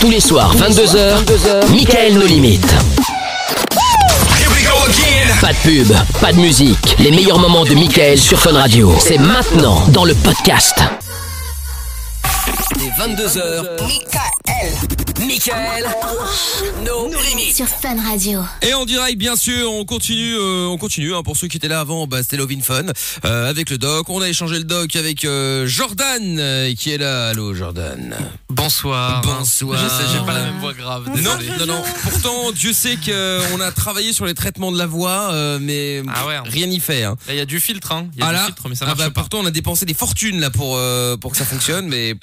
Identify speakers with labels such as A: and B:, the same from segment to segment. A: Tous les soirs, 22h, Michael nos limites. Pas de pub, pas de musique. Les meilleurs moments de Michael sur Fun Radio. C'est maintenant dans le podcast. Les 22h, Michael, nos limites.
B: Sur Fun Radio.
C: Et en direct, bien sûr, on continue, euh, on continue. hein. pour ceux qui étaient là avant, bah, c'était Lovin Fun euh, avec le doc. On a échangé le doc avec euh, Jordan euh, qui est là. Allô, Jordan.
D: Bonsoir.
C: Bonsoir.
D: Je sais, j'ai pas la même voix grave.
C: Non,
D: Désolé.
C: non, non. Pourtant, Dieu sait qu'on a travaillé sur les traitements de la voix, euh, mais
D: Ah ouais.
C: rien n'y fait. hein.
D: Là, Il y a du filtre, hein. Il y a
C: Ah
D: du
C: là,
D: filtre, mais ça
C: ah
D: marche
C: bah,
D: pas.
C: pourtant on a dépensé des fortunes là pour euh, pour que ça fonctionne, mais
E: Il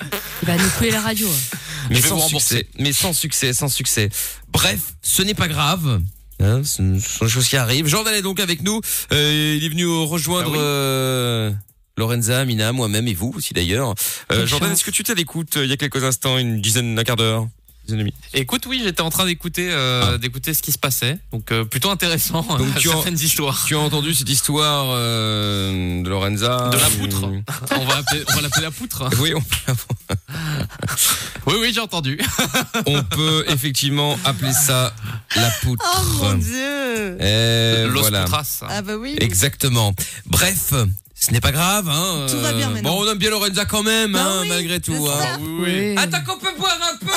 E: va Bah, nous couler la radio. hein.
C: mais
D: vais
C: sans
D: vous rembourser.
C: succès, mais sans succès, sans succès. Bref, ce n'est pas grave. Hein, ce sont des choses qui arrivent. Jordan est donc avec nous. Euh, il est venu rejoindre
D: Bah oui.
C: euh, Lorenza, Mina, moi-même et vous aussi d'ailleurs. Euh,
E: Quelle
C: Jordan,
E: chance.
C: est-ce que tu t'es à l'écoute euh, il y a quelques instants, une dizaine, un quart d'heure, dizaine et demie.
D: Écoute, oui, j'étais en train d'écouter, euh, d'écouter ce qui se passait. Donc, euh, plutôt intéressant.
C: Donc, tu en-
D: certaines histoires.
C: Tu as entendu cette histoire euh, de Lorenza
D: De la poutre.
C: Hum,
D: on va l'appeler, on va l'appeler la poutre.
C: Oui, on,
D: Oui, oui, j'ai entendu.
C: on peut effectivement appeler ça la poutre.
F: Oh mon dieu
C: Et
D: Los
C: bah, voilà.
D: Potras.
F: Ah bah oui
C: Exactement. Bref, ce n'est pas grave. Hein,
F: Tout va bien
C: euh,
F: maintenant.
C: Bon, on aime bien Lorenza quand même,
F: Bah
C: hein,
F: oui,
C: malgré tout.
F: c'est
C: hein.
F: ça.
E: Oui.
C: Attends qu'on peut boire un peu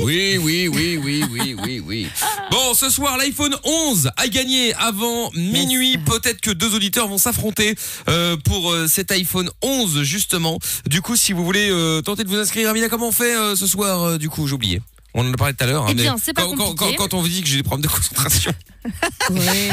C: Oui, oui, oui, oui, oui, oui, oui. Bon, ce soir, l'iPhone 11 a gagné avant minuit. Peut-être que deux auditeurs vont s'affronter euh, pour euh, cet iPhone 11, justement. Du coup, si vous voulez euh, tenter de vous inscrire, Amina, comment on fait euh, ce soir euh, Du coup, j'ai oublié. On en a parlé tout à l'heure. hein,
E: Eh
C: mais
E: bien, c'est pas
C: quand, quand-
E: compliqué.
C: quand- quand on vous dit que j'ai des problèmes de concentration.
E: Ouais.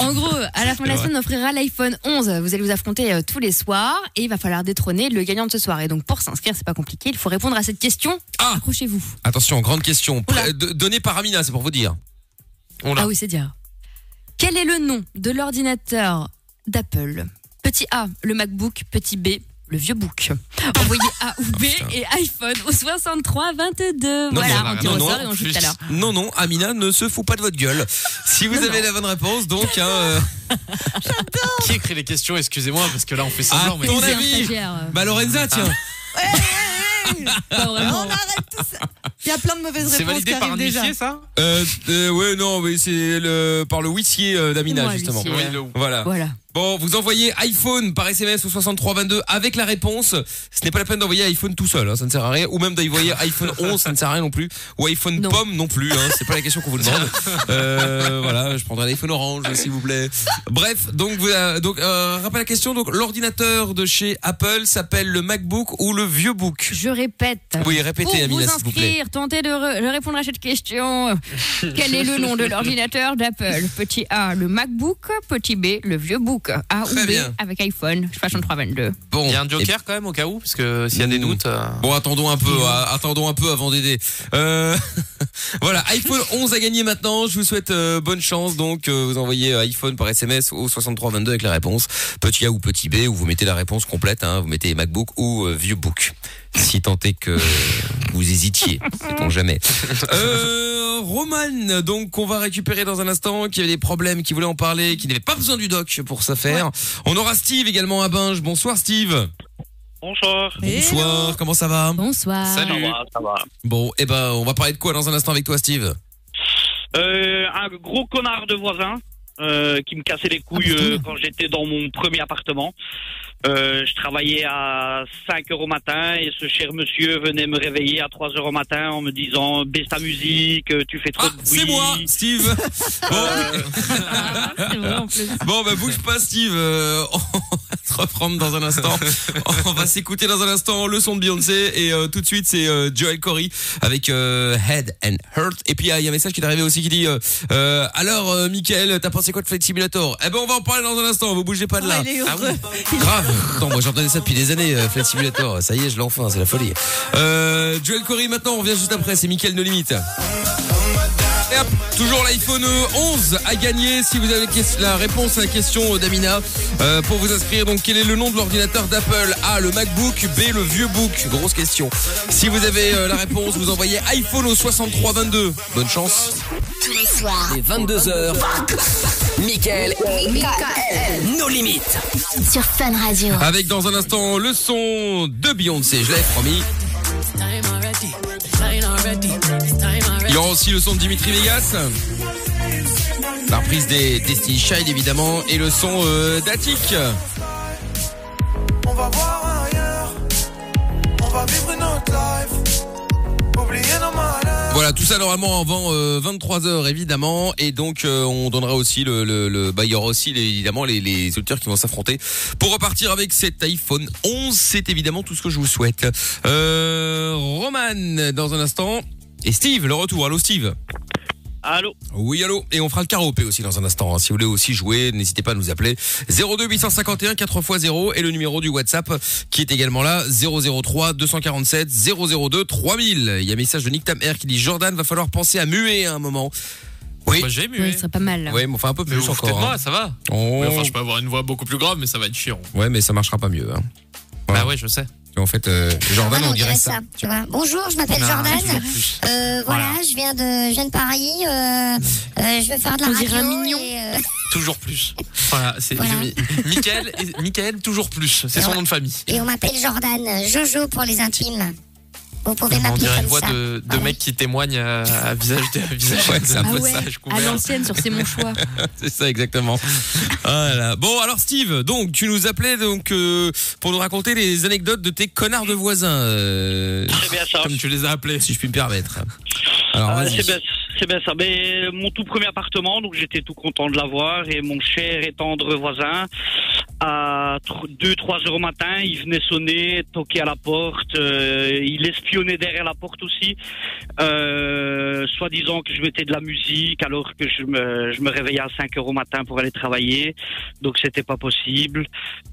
E: en gros, à la fin de la semaine, on offrira l'iPhone 11. Vous allez vous affronter euh, tous les soirs et il va falloir détrôner le gagnant de ce soir. Et donc, pour s'inscrire, c'est pas compliqué. Il faut répondre à cette question.
C: Ah.
E: Accrochez-vous.
C: Attention, grande question. Pré- de- Donnée par Amina, c'est pour vous dire.
D: Oula.
E: Ah oui, c'est dire. Quel est le nom de l'ordinateur d'Apple Petit A, le MacBook. Petit B, le vieux book. Envoyez A ou B
C: Ah, putain.
E: et iPhone au 6322.
C: Non,
E: voilà,
C: mais on a-
E: on tire
C: non,
E: au
C: non,
E: sort et on joue tout à l'heure.
C: Non, non, Amina ne se fout pas de votre gueule. Si vous avez la bonne réponse, donc... hein, euh,
D: Qui écrit les questions Excusez-moi, parce que là, on fait ça
C: Ah,
D: genre, mais.
C: ton
E: C'est un
C: avis.
E: stagiaire, euh,
C: Bah Lorenza, tiens.
E: pas
F: On
C: Ah.
E: vraiment.
F: arrête tout ça Il y a plein de mauvaises
D: C'est
F: réponses qui
D: validé par
F: arrivent
D: un
F: déjà.
D: huissier, ça
C: Euh, euh, ouais, non, mais c'est le, par le huissier euh, d'Amina,
E: Moi,
C: justement.
E: l'huissier. Ouais.
D: le-
C: Voilà.
E: Voilà.
C: Bon, vous envoyez iPhone par SMS au 6322 avec la réponse. Ce n'est pas la peine d'envoyer iPhone tout seul, hein, ça ne sert à rien. Ou même d'envoyer iPhone 11, ça ne sert à rien non plus. Ou iPhone
E: Non.
C: pomme non plus, hein, c'est pas la question qu'on vous demande. Euh, voilà, je prendrai l'iPhone orange, s'il vous plaît. Bref, donc, vous, euh, donc euh, rappel à la question. Donc, l'ordinateur de chez Apple s'appelle le MacBook ou le vieux book
E: Je répète.
C: Oui,
E: Pour
C: répétez,
E: vous
C: Amina, s'il vous plaît.
E: inscrire, tentez de, re- de répondre à cette question. Quel est le nom de l'ordinateur d'Apple Petit A, le MacBook. Petit B, le vieux book. A
C: Très
E: ou B,
C: bien.
E: avec iPhone 6322.
C: Bon, eh
D: Il y a un
C: Et
D: joker quand même, au cas où, parce que s'il y a
C: Mmh.
D: des doutes. euh,
C: Bon, attendons un peu, euh, attendons un peu avant d'aider. Euh, voilà, iPhone 11 à gagner maintenant. Je vous souhaite euh, bonne chance. Donc, euh, vous envoyez euh, iPhone par SMS au 6322 avec la réponse petit A ou petit B, ou vous mettez la réponse complète. Hein, vous mettez MacBook ou euh, vieux book, si tant est que vous hésitiez. Sait-on jamais. Euh, Roman, donc qu'on va récupérer dans un instant, qui avait des problèmes, qui voulait en parler, qui n'avait pas besoin du doc pour ça faire. On aura Steve également à Binge. Bonsoir Steve.
G: Bonsoir.
F: Hello.
C: Bonsoir. Comment ça va?
E: Bonsoir.
D: Salut.
G: Ça va, ça va.
C: Bon, eh ben, on va parler de quoi dans un instant avec toi, Steve
G: Euh, un gros connard de voisin euh, qui me cassait les
C: Ah,
G: couilles euh, quand j'étais dans mon premier appartement. Euh, je travaillais à 5 heures au matin et ce cher monsieur venait me réveiller à 3 heures au matin en me disant baisse ta musique, euh, tu fais trop
C: Ah,
G: de bruit.
C: c'est moi, Steve Bon,
F: Euh.
E: C'est vrai, en plus.
C: bon bah bouge pas, Steve. euh, on va te reprendre dans un instant. On va s'écouter dans un instant le son de Beyoncé. Et euh, tout de suite, c'est euh, Joel Corey avec euh, Head and Heart. Et puis, ah, il y a un message qui est arrivé aussi qui dit euh, euh, Alors, euh, Michael, t'as pensé quoi de Flight Simulator Eh ben, on va en parler dans un instant, vous bougez pas de
F: Oh,
C: là.
F: il est heureux.
C: Grave. Attends, moi j'entendais ça depuis des années, euh, Flight Simulator. Ça y est, je l'ai enfin, c'est la folie. Euh, Joel Corey maintenant, on revient juste après, c'est Mickaël No Limite. Et hop, Toujours l'iPhone 11 à gagner si vous avez que- la réponse à la question euh, d'Amina. Euh, pour vous inscrire, donc quel est le nom de l'ordinateur d'Apple A, le MacBook, B, le vieux book Grosse question. Si vous avez euh, la réponse, vous envoyez iPhone au 6322. Bonne chance.
B: Tous les soirs.
A: Les 22h, Michael, nos limites.
B: Sur Fun Radio.
C: Avec dans un instant le son de Beyoncé, je l'avais promis. Il y aura aussi le son de Dimitri Vegas. La reprise des Destiny Child évidemment et le son euh, d'Attic.
H: On va voir ailleurs. On va vivre notre life. Oublier nos malheurs.
C: Voilà, tout ça normalement avant 23h évidemment et donc euh, on donnera aussi le, le, le- bah, il y aura aussi les- évidemment les, les auditeurs qui vont s'affronter pour repartir avec cet iPhone 11, c'est évidemment tout ce que je vous souhaite. Euh, Roman dans un instant et Steve le retour. Allô Steve.
G: Allô
C: Oui, allô. Et on fera le karaopé aussi dans un instant. hein. Si vous voulez aussi jouer, n'hésitez pas à nous appeler 02 851 4x0 et le numéro du WhatsApp qui est également là 003 247 002 3000. Il y a un message de Nick Tamer qui dit Jordan, va falloir penser à muer à un moment. Oui.
D: Moi, j'ai mué.
E: Oui, ce serait pas mal.
C: Ouais, mais enfin un peu
D: Mais
C: plus
D: vous foutez de
C: encore.
D: moi,
C: hein.
D: ça va.
C: Oh.
D: Oui, enfin, je peux avoir une voix beaucoup plus grave, mais ça va être chiant.
C: Ouais, mais ça marchera pas mieux. hein. Ouais.
D: Bah ouais, je sais.
C: En fait, euh, Jordan,
I: Jordan,
C: on dirait ça.
I: tu vois. Bonjour, je m'appelle
D: Non,
I: Jordan.
D: je veux Ah, plus.
I: Euh, voilà, je viens de, je viens de Paris. Euh, euh, je veux faire de la
E: On dirait
I: radio.
E: un mignon.
I: et, euh,
D: Toujours plus. Voilà, c'est
I: Voilà.
D: Michael, Michael, toujours plus. C'est son nom de famille.
I: et on m'appelle Jordan, Jojo pour les intimes. Vous pouvez
D: On
I: m'appeler
D: dirait une
I: comme
D: voix
I: ça.
D: de, de
I: Voilà.
D: mec qui témoigne à, à visage de à visage,
C: Ouais, c'est un
D: à
E: Ah ouais,
D: visage couvert.
E: à l'ancienne sur C'est mon choix.
C: C'est ça exactement. Ah, Voilà. Bon alors Steve, donc tu nous appelais donc euh, pour nous raconter les anecdotes de tes connards de voisins. euh,
G: C'est bien ça.
C: comme tu les as appelés, si je puis me permettre. Alors
G: Ah,
C: vas-y.
G: c'est bien, c'est bien ça. Mais ben, mon tout premier appartement, donc j'étais tout content de l'avoir et mon cher et tendre voisin, à 2-3 heures au matin, il venait sonner, toquer à la porte, euh, il espionnait derrière la porte aussi, euh, soi-disant que je mettais de la musique alors que je me, je me réveillais à 5 heures au matin pour aller travailler, donc c'était pas possible.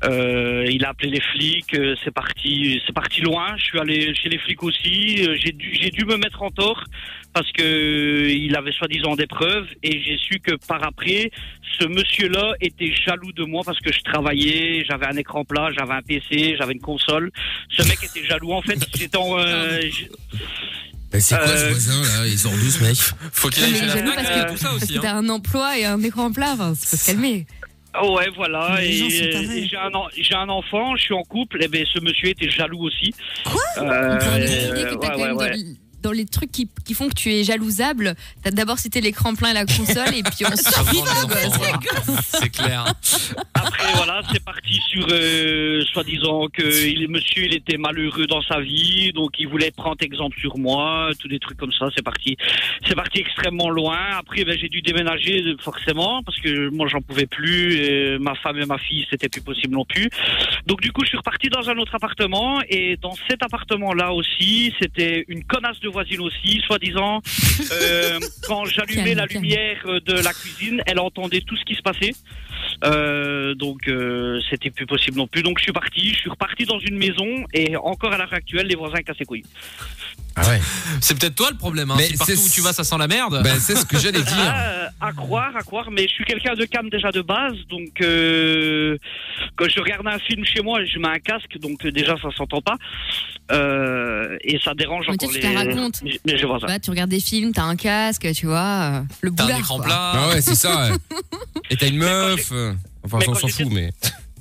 G: Euh, il a appelé les flics, euh, c'est parti, c'est parti loin, je suis allé chez les flics aussi, euh, j'ai dû, j'ai dû me mettre en tort parce que euh, il avait soi-disant des preuves et j'ai su que par après ce monsieur-là était jaloux de moi parce que je travaillais, j'avais un écran plat, j'avais un PC, j'avais une console. Ce mec était jaloux en fait, j'étais en euh, j-
C: Mais Bah, c'est quoi ce
G: Euh,
C: voisin là Ils sont douze mecs.
D: Faut qu'il
E: Non,
D: aille
E: mais
D: chez la
E: jaloux
D: Fnac,
E: parce que-
D: euh, tout ça
E: Parce
D: aussi.
E: que
D: hein.
E: t'as un emploi et un écran plat, enfin, c'est pas se calmer.
G: oh ouais, voilà
F: Les
G: et, euh,
F: gens sont tarés.
G: et j'ai un en- j'ai un enfant, je suis en couple et ben ce monsieur était jaloux aussi.
F: Quoi
G: Euh,
E: On pourrait imaginer que t'as
G: ouais,
E: quand même
G: ouais, ouais.
E: dans l- dans les trucs qui, qui font que tu es jalousable, t'as d'abord cité l'écran plein et la console, et puis ensuite.
D: Avant les enfants, bah, voilà. C'est clair.
G: Après, voilà, c'est parti sur, euh, soi-disant, que il, monsieur, il était malheureux dans sa vie, donc il voulait prendre exemple sur moi, tous des trucs comme ça, c'est parti. C'est parti extrêmement loin. Après, ben, j'ai dû déménager, euh, forcément, parce que moi, j'en pouvais plus, euh, ma femme et ma fille, c'était plus possible non plus. Donc, du coup, je suis reparti dans un autre appartement, et dans cet appartement-là aussi, c'était une connasse de voisine aussi, soi-disant. Euh, quand j'allumais
E: Calme,
G: la
E: calme.
G: lumière euh, de la cuisine, elle entendait tout ce qui se passait. Euh, donc euh, c'était plus possible non plus. Donc je suis parti, je suis reparti dans une maison et encore à l'heure actuelle, les voisins cassent les couilles.
C: Ah ouais.
D: C'est peut-être toi le problème. Hein.
C: Mais
D: Si partout
C: c'est-
D: où tu vas, ça sent la merde.
C: Ben c'est ce que j'allais dire.
G: Ah, euh, à croire, à croire, mais je suis quelqu'un de calme déjà de base, donc euh, quand je regarde un film chez moi, je mets un casque, donc euh, déjà ça s'entend pas Euh, et ça dérange
E: Mais tu
G: encore
E: sais,
G: les.
E: tu la racontes.
G: Mais- Mais je vois ça.
E: Bah, tu regardes des films, t'as un casque, tu vois, euh, le
D: T'as
E: boulard.
D: un écran
E: quoi.
D: plat.
C: Ah ouais, c'est ça. ouais. Et t'as une meuf. euh, Enfin,
G: mais
C: on
G: quand
C: s'en
G: j'étais-
C: fout, mais.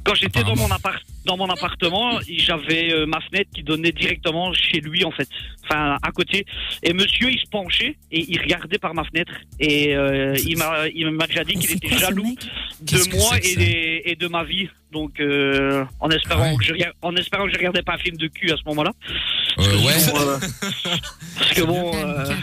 G: Quand j'étais dans mon appart, dans mon appartement, j'avais euh, ma fenêtre qui donnait directement chez lui en fait, enfin à côté. Et monsieur, il se penchait et il regardait par ma fenêtre. Et euh, il m'a, il m'a déjà dit
F: Mais
G: qu'il
F: c'est
G: était
F: quoi ce
G: jaloux
F: mec
G: de
C: Qu'est-ce que
G: moi
C: c'est que
G: et,
C: ça
G: des- et de ma vie. Donc, euh, en espérant
C: Ah ouais.
G: que je regarde- en espérant que je regardais pas un film de cul à ce moment-là.
C: Euh, ouais.
G: Bon, euh, parce
C: Ah,
G: que bon,
E: Calme,
G: euh,
E: calme.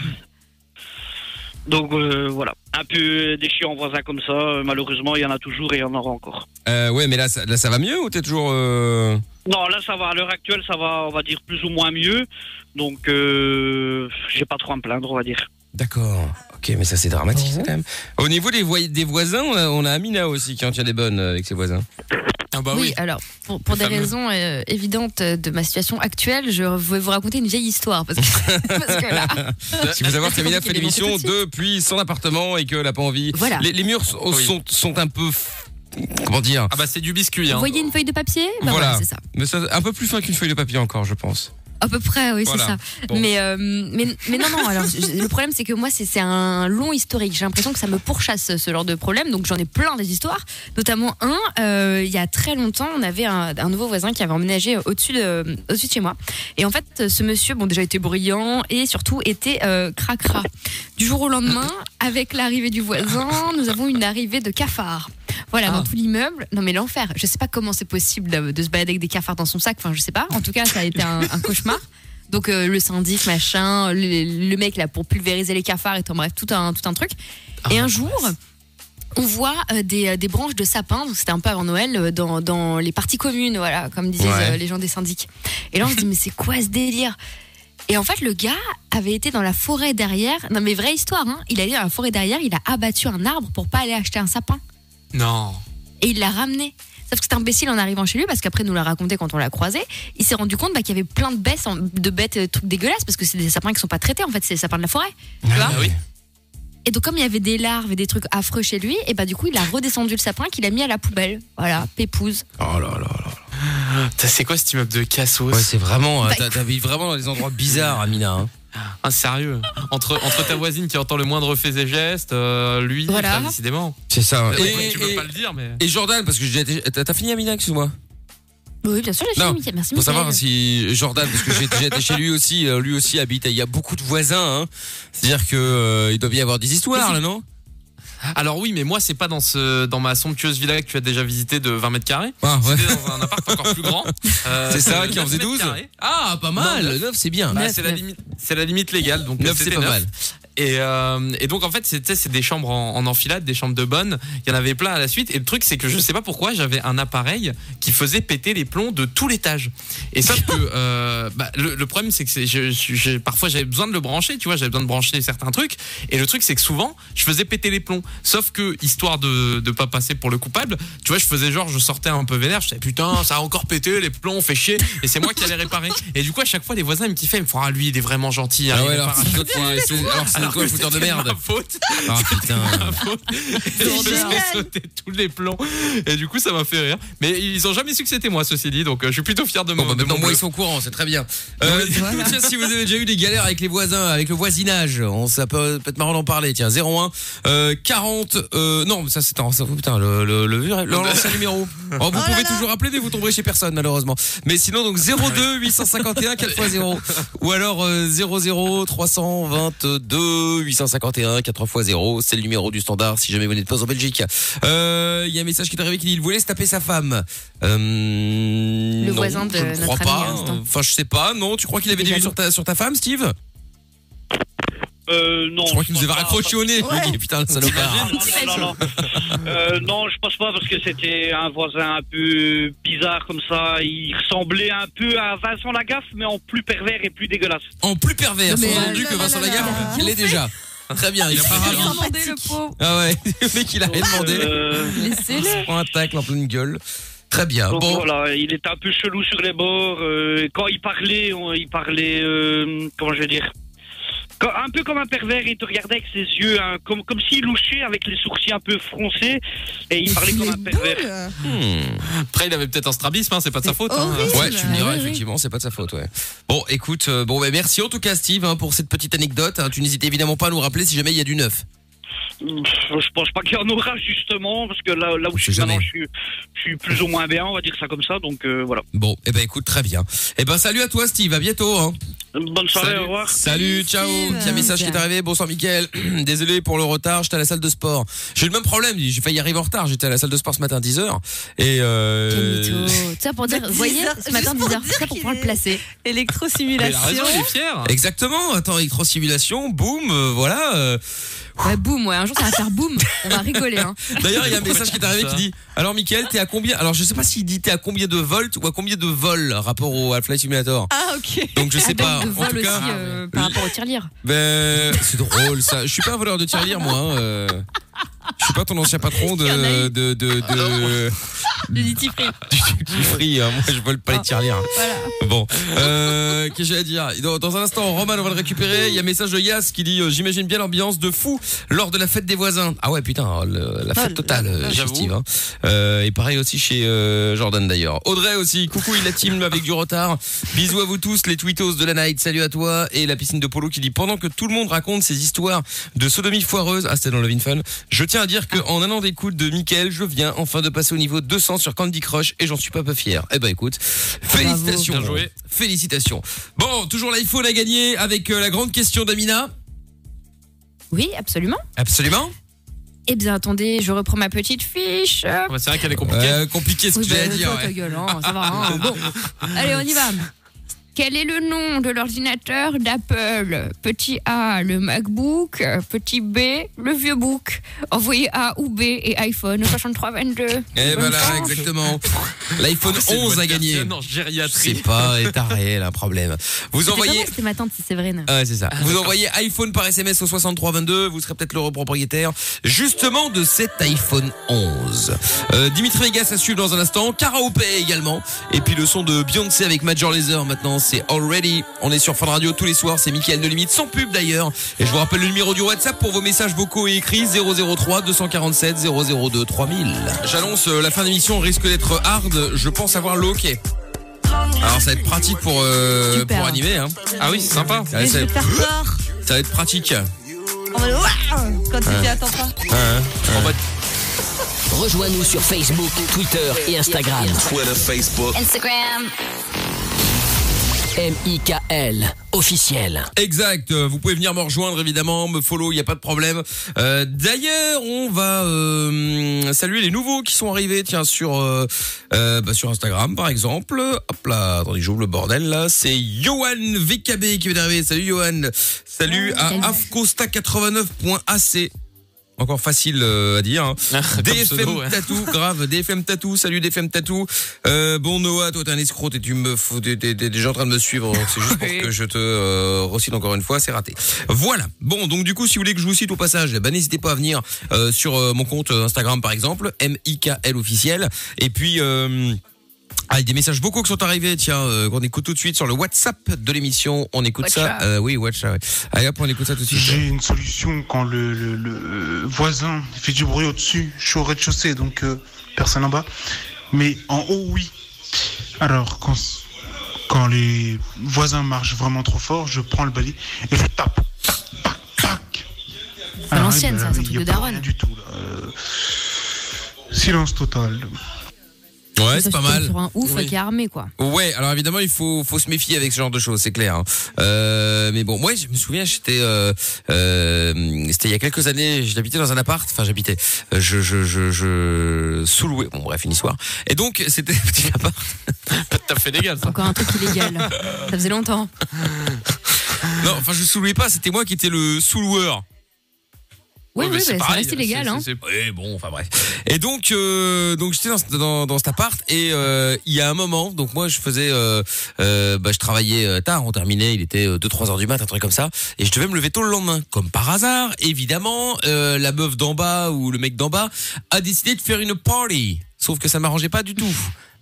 G: donc euh, voilà, un peu des chiens voisins comme ça. euh, Malheureusement, il y en a toujours et il y en aura encore.
C: Euh, ouais, mais là, ça- là, ça va mieux ou t'es toujours. euh,
G: Non, là ça va. À l'heure actuelle, ça va, on va dire plus ou moins mieux. Donc, euh, j'ai pas trop à me plaindre, on va dire.
C: D'accord. Ok, mais ça c'est dramatique ça, quand même. Au niveau des, voi- des voisins, on a, on a Amina aussi qui en tient des bonnes euh, avec ses voisins.
D: Ah bah
E: oui,
D: oui.
E: alors, pour, pour
D: Le
E: des
D: fameux.
E: raisons euh, évidentes de ma situation actuelle, je vais vous raconter une vieille histoire. Parce que, parce que là,
C: Si vous savoir
E: Euh, c'est
C: qu'Amina fait
E: compliqué de les
C: l'émission
E: monter tout de
C: depuis son appartement et qu'elle n'a pas envie.
E: Voilà.
C: Les, les murs sont,
D: Oui.
C: sont, sont un peu. f- Comment dire
D: Ah bah c'est du biscuit. Hein.
E: vous voyez une feuille de papier Bah
C: Voilà.
E: c'est ça.
C: Mais ça, un peu plus fin qu'une feuille de papier encore, je pense.
E: À peu près, oui,
C: Voilà.
E: c'est ça.
C: Bon.
E: Mais, euh, mais, mais non, non, alors je- le problème c'est que moi c'est c'est un long historique. J'ai l'impression que ça me pourchasse ce genre de problème, donc j'en ai plein des histoires. Notamment un, euh, il y a très longtemps, on avait un, un nouveau voisin qui avait emménagé euh, au-dessus de, au-dessus de chez moi. Et en fait, ce monsieur, bon, déjà était brillant et surtout était euh, cracra. Du jour au lendemain, avec l'arrivée du voisin, nous avons une arrivée de cafards. Voilà, dans tout l'immeuble. Non, mais l'enfer. Je sais pas comment c'est possible de, de se balader avec des cafards dans son sac. Enfin, je sais pas. En tout cas, ça a été un, un cauchemar. Donc, euh, le syndic, machin, le, le mec là pour pulvériser les cafards et tout, bref, tout un, tout un truc. Et un jour. On voit euh, des, euh, des branches de sapin, donc c'était un peu avant Noël, euh, dans, dans les parties communes, voilà, comme disaient
D: Ouais.
E: euh, les gens des syndics. Et là, on se dit, mais c'est quoi ce délire et en fait, le gars avait été dans la forêt derrière. Non, mais vraie histoire, hein. Il allait dans la forêt derrière, il a abattu un arbre pour pas aller acheter un sapin.
D: Non.
E: Et il l'a ramené. Sauf que cet imbécile, en arrivant chez lui, parce qu'après, il nous l'a raconté quand on l'a croisé, il s'est rendu compte bah, qu'il y avait plein de bêtes, en- de bêtes, euh, trucs dégueulasses, parce que c'est des sapins qui sont pas traités, en fait, c'est des sapins de la forêt. Tu
C: Ah
E: vois
D: oui.
E: Et donc, comme il y avait des larves et des trucs affreux chez lui, et bah, du coup, il a redescendu le sapin qu'il a mis à la poubelle. Voilà, pépouze.
C: Oh là là là.
D: Putain, C'est quoi cet immeuble de cassos
C: Ouais, c'est vraiment. euh,
E: Bah,
C: t'as- T'habites vraiment dans des endroits bizarres, Amina. hein.
D: Ah, sérieux. Entre, entre ta voisine qui entend le moindre fait et geste, euh, lui,
E: Voilà.
D: putain, décidément.
C: C'est ça. Et,
D: Après, tu peux
C: et-
D: pas le dire, mais.
C: et Jordan, parce que j'ai été- t'as t'as fini, Amina, excuse-moi.
E: Bah Oui, bien sûr, j'ai
C: Non,
E: fini, Mickaël. Merci,
C: Pour savoir
E: Mickaël.
C: si Jordan, parce que j'ai j'ai été chez lui aussi, euh, lui aussi habite. et Il y a beaucoup de voisins. hein. C'est-à-dire que euh, il doit bien y avoir des histoires, là, non
D: Alors oui, mais moi, c'est pas dans, ce, dans ma somptueuse villa que tu as déjà visité de 20 mètres carrés.
C: Ah, ouais.
D: C'était dans un appart encore plus grand. Euh,
C: C'est ça, qui en
D: 9
C: faisait
D: mètres
C: 12.
D: carrés.
C: Ah, pas
D: mal.
C: mal. 9, c'est bien.
D: Bah,
E: Neuf,
D: c'est la
E: neuf.
D: limite, c'est la limite légale, donc
C: 9, c'est
D: c'était
C: pas
D: neuf.
C: mal.
D: Et, euh, et donc en fait, c'était c'est des chambres en, en enfilade, des chambres de bonne. Il y en avait plein à la suite. Et le truc, c'est que je sais pas pourquoi j'avais un appareil qui faisait péter les plombs de tout l'étage. Et sauf que euh, bah, le, le problème, c'est que c'est- je, je- j'ai- parfois j'avais besoin de le brancher. Tu vois, j'avais besoin de brancher certains trucs. Et le truc, c'est que souvent, je faisais péter les plombs. Sauf que histoire de de pas passer pour le coupable, tu vois, je faisais genre, je sortais un peu vénère. Je disais putain, ça a encore pété les plombs, on fait chier. Et c'est moi qui allais réparer. Et du coup, à chaque fois, les voisins ils me kiffaient, ils me font ah lui, il est vraiment gentil. hein,
C: Ah
D: il
C: ouais,
D: répare
C: alors
D: à
C: c'est l'autre, ouais, c'est- alors, c'est quoi, fouteur Ah, de
D: c'était
C: merde
D: ma faute.
C: Ah putain.
D: ma faute. Et je me
F: génial.
D: fais sauter tous les plans. Et du coup, ça m'a fait rire. Mais ils ont jamais su que c'était moi, ceci dit. Donc, euh, je suis plutôt fier de
C: Bon,
D: moi.
C: bah, maintenant, moi, ils sont au courant, c'est très bien. Euh, du coup, tiens, si vous avez déjà eu des galères avec les voisins, avec le voisinage, on, ça peut, peut être marrant d'en parler. Tiens, 01 euh, 40. Euh, non, mais ça, c'est un. ça- Putain, le, le, le, vieux- le- l'ancien numéro. Oh, vous
F: là
C: pouvez
F: là.
C: toujours appeler, mais vous tomberez chez personne, malheureusement. Mais sinon, donc 02 851 4x0. Ou alors euh, 00 322 851 4x0. C'est le numéro du standard si jamais vous n'êtes pas en Belgique. Euh, Il y a un message qui est arrivé qui dit il voulait se taper sa femme. Euh, le
E: voisin de
C: je ne
E: notre
C: crois
E: ami,
C: pas.
E: à l'instant.
C: Enfin, je sais pas. Non, tu crois qu'il avait des vues sur ta, sur ta femme, Steve
G: Euh, non.
C: Je crois qu'il
G: pense
C: nous avait
G: pas,
C: raccroché au nez.
F: Ouais.
C: Je me dis, Putain, le salopard.
G: Non, non, non, non. Euh, non, je pense pas parce que c'était un voisin un peu bizarre comme ça. Il ressemblait un peu à Vincent Lagaffe, mais en plus pervers et plus dégueulasse.
C: En plus pervers,
F: Non, mais,
C: sous-entendu
F: euh,
C: que
F: là,
C: Vincent
F: là, là,
C: Lagaffe,
F: là.
C: il l'est déjà. Très bien, il a pas ravi.
E: Demandez le pauvre.
C: Ah ouais, le mec, il a rien demandé.
G: Euh,
E: Laissez-le.
C: Il se prend un tacle en pleine gueule. Très bien.
D: Ah
G: donc
C: Bon,
G: voilà, il était un peu chelou sur les bords. euh, quand il parlait, on- il parlait, euh, comment je vais dire, Quand- un peu comme un pervers. Il te regardait avec ses yeux, hein, comme comme s'il louchait avec les sourcils un peu froncés, et il parlait comme un pervers.
C: Hmm.
D: Après, il avait peut-être un strabisme, hein, c'est pas de sa faute. hein.
F: horrible.
C: Ouais, tu me
E: bah
C: diras,
E: oui, oui.
C: effectivement, c'est pas de sa faute, ouais. Bon, écoute, euh, bon, bah, merci en tout cas, Steve, hein, pour cette petite anecdote. hein. Tu n'hésites évidemment pas à nous rappeler si jamais il y a du neuf.
G: Pff, Je pense pas qu'il y en aura justement, parce que là, là où
C: On
G: je
C: sait
G: suis
C: jamais.
G: maintenant, je suis, je suis plus ou moins bien, on va dire ça comme ça. Donc euh, voilà.
C: Bon, eh ben écoute, très bien. Eh ben salut à toi Steve, à bientôt. hein.
G: Bonne soirée, au revoir.
C: Salut,
F: Salut,
C: ciao.
F: Steve.
C: Tiens, message qui est arrivé. Bonsoir, Mickaël. Désolé pour le retard. J'étais à la salle de sport. J'ai eu le même problème. J'ai failli arriver en retard. J'étais à la salle de sport ce matin 10 h et euh...
E: Calme-toi. Tu sais, pour dire,
F: Mais
E: voyez,
F: bizarre,
E: ce matin,
F: juste pour
E: bizarre,
F: dire
E: ça pour
F: qu'il
E: pouvoir le
F: est-
E: placer.
D: Ah. Mais il a raison,
F: Électrosimulation.
D: il est fier.
C: Exactement. Attends, électrosimulation. Boum. euh, voilà. euh.
E: Ouais, boum, ouais, un jour ça va faire boum, on va rigoler. Hein.
C: D'ailleurs, il y a un message qui est arrivé
D: Ça.
C: qui dit. Alors, Mickaël, t'es à combien Alors, je sais pas s'il dit t'es à combien de volts ou à combien de vols rapport au Half-Life Simulator.
F: Ah, ok.
C: Donc, je sais pas.
E: de
C: En
E: vol
C: tout
E: aussi
C: cas, euh,
E: euh, par rapport au tirelire.
C: ben, c'est drôle ça. Je suis pas un voleur de tirelire moi. hein, euh. Je suis pas ton ancien patron
E: Il y en a
C: de
E: eu. Ah
C: de de, de
E: Du Duty Free.
C: du free. hein. Moi, je vole pas les tirelires.
E: Voilà.
C: Bon, euh, qu'est-ce que j'ai à dire dans, dans un instant, Roman, on va le récupérer. Il y a un message de Yas qui dit euh, J'imagine bien l'ambiance de fou lors de la fête des voisins. Ah ouais, putain, le- la fête totale
E: Ah,
C: euh, chez
D: j'avoue.
C: Steve. hein. Euh, et pareil aussi chez euh, Jordan d'ailleurs. Audrey aussi, coucou, il la team avec du retard. Bisous à vous tous, les tweetos de la night, salut à toi. Et la piscine de Polo qui dit Pendant que tout le monde raconte ses histoires de sodomie foireuse, ah c'était dans Love in Fun, je tiens à dire qu'en allant des coudes de Mickaël, je viens enfin de passer au niveau 200 sur Candy Crush et j'en suis pas peu fier. Eh ben écoute, félicitations.
D: Bien joué.
C: Félicitations. Bon, toujours l'iPhone à gagner avec euh, la grande question d'Amina.
E: Oui, absolument.
C: Absolument.
E: Eh bien, attendez, je reprends ma petite fiche.
D: Ah bah, c'est vrai qu'elle est compliquée.
C: Euh, compliqué ce que
E: Oui,
C: j'ai à
E: bah,
C: dire.
E: toi,
C: ouais.
E: ta gueule, hein, ça va. hein. Bon, allez, on y va. Quel est le nom de l'ordinateur d'Apple Petit A, le MacBook. Petit B, le vieux book. Envoyez A ou B et iPhone 6322.
C: Et
E: Bonne
C: Eh, voilà,
E: chance.
C: exactement. L'iPhone
E: Ah,
D: C'est une
C: 11
D: bonne
C: à gagner.
D: personne en gériatrie.
C: C'est pas est un réel un problème. Vous
E: C'était
C: envoyez
E: vraiment- C'était ma tante, si c'est vrai. non.
C: Ouais, c'est ça. Vous envoyez iPhone par SMS au 6322, vous serez peut-être le propriétaire justement de cet iPhone 11. Euh, Dimitri Vegas à suivre dans un instant, Karaopé également, et puis le son de Beyoncé avec Major Lazer maintenant, c'est Already. On est sur Fun Radio tous les soirs, c'est Mickaël de Limite, sans pub d'ailleurs. Et je vous rappelle le numéro du WhatsApp pour vos messages vocaux et écrits, 003 247 002 3000. J'annonce, euh, la fin d'émission risque d'être hard, je pense avoir le hockey. Alors ça va être pratique pour, euh,
E: Super.
C: pour animer. Hein. Ah oui, c'est sympa.
F: Mais je vais te faire peur.
C: Ça va être pratique.
F: On va le Ouah quand il dit attends pas.
C: En mode-
A: Rejoins-nous sur Facebook, Twitter et Instagram.
H: Twitter, Facebook.
C: Ah,
B: Instagram.
A: M.I.K.L. officiel.
C: Exact. Euh, Vous pouvez venir me rejoindre évidemment, me follow, il n'y a pas de problème. Euh, D'ailleurs, on va euh, saluer les nouveaux qui sont arrivés. Tiens sur euh, euh, bah, sur Instagram par exemple. Hop là, attendez, j'ouvre le bordel là. C'est Johan VKB qui vient d'arriver. Salut Johan. Salut
E: Salut.
C: à afcosta89.ac. Encore facile euh, à dire. hein.
D: Ah, Comme
C: DFM
D: pseudo, hein. ouais.
C: Tatou, grave, DFM Tatou, salut DFM Tatou. Euh, bon Noah, toi t'es un escroc, t'es, tu me fous, t'es, t'es- t'es déjà en train de me suivre, donc c'est juste pour que je te euh, recite encore une fois, c'est raté. Voilà. Bon, donc du coup, si vous voulez que je vous cite au passage, eh ben, n'hésitez pas à venir euh, sur euh, mon compte Instagram par exemple, M-I-K-L officiel, et puis... Euh, ah, il y a des messages beaucoup qui sont arrivés, tiens, euh, qu'on écoute tout de suite sur le WhatsApp de l'émission. On écoute ça.
E: WhatsApp.
C: euh, oui, WhatsApp. ouais. Allez hop, on écoute ça tout de suite.
J: J'ai une solution quand le, le- le, euh, voisin fait du bruit au-dessus. Je suis au rez-de-chaussée, donc euh, personne en bas. Mais en haut, oui. Alors, quand, quand les voisins marchent vraiment trop fort, je prends le balai et je tape. Tac, tac, tac.
C: Ah,
E: à l'ancienne,
J: oui,
E: ça,
J: bah,
E: c'est un
J: oui,
E: truc
J: y a
E: de
J: pas
E: daronne.
J: rien du tout. là. Euh, silence total.
C: Ouais, c'est
E: Ça,
C: pas
E: tombe
C: mal.
E: Sur un ouf
C: Oui.
E: qui est armé, quoi.
C: Ouais, alors évidemment, il faut faut se méfier avec ce genre de choses, c'est clair. hein. Euh, mais bon, moi, je me souviens, j'étais euh, euh, c'était il y a quelques années, j'habitais dans un appart, enfin j'habitais, euh, je je je je sous-louais. Bon bref, une histoire. Et donc c'était un petit appart.
D: Pas tout à fait légal ça.
E: Encore un truc illégal. ça faisait longtemps.
C: Non, enfin je sous-louais pas, c'était moi qui étais le sous-loueur.
E: Oui,
D: Ouais, mais
E: oui,
D: c'est
E: bah, ça
D: pareil,
E: reste illégal.
D: c'est-
E: Hein.
D: c'est- c'est-
C: Et Eh, bon, enfin bref. Et donc, euh, donc j'étais dans, dans, dans cet appart et euh, il y a un moment, donc moi je faisais, euh, euh, bah, je travaillais euh, tard, on terminait, il était 2-3 heures du mat, un truc comme ça, et je devais me lever tôt le lendemain. Comme par hasard, évidemment, euh, la meuf d'en bas ou le mec d'en bas a décidé de faire une party. Sauf que ça m'arrangeait pas du tout.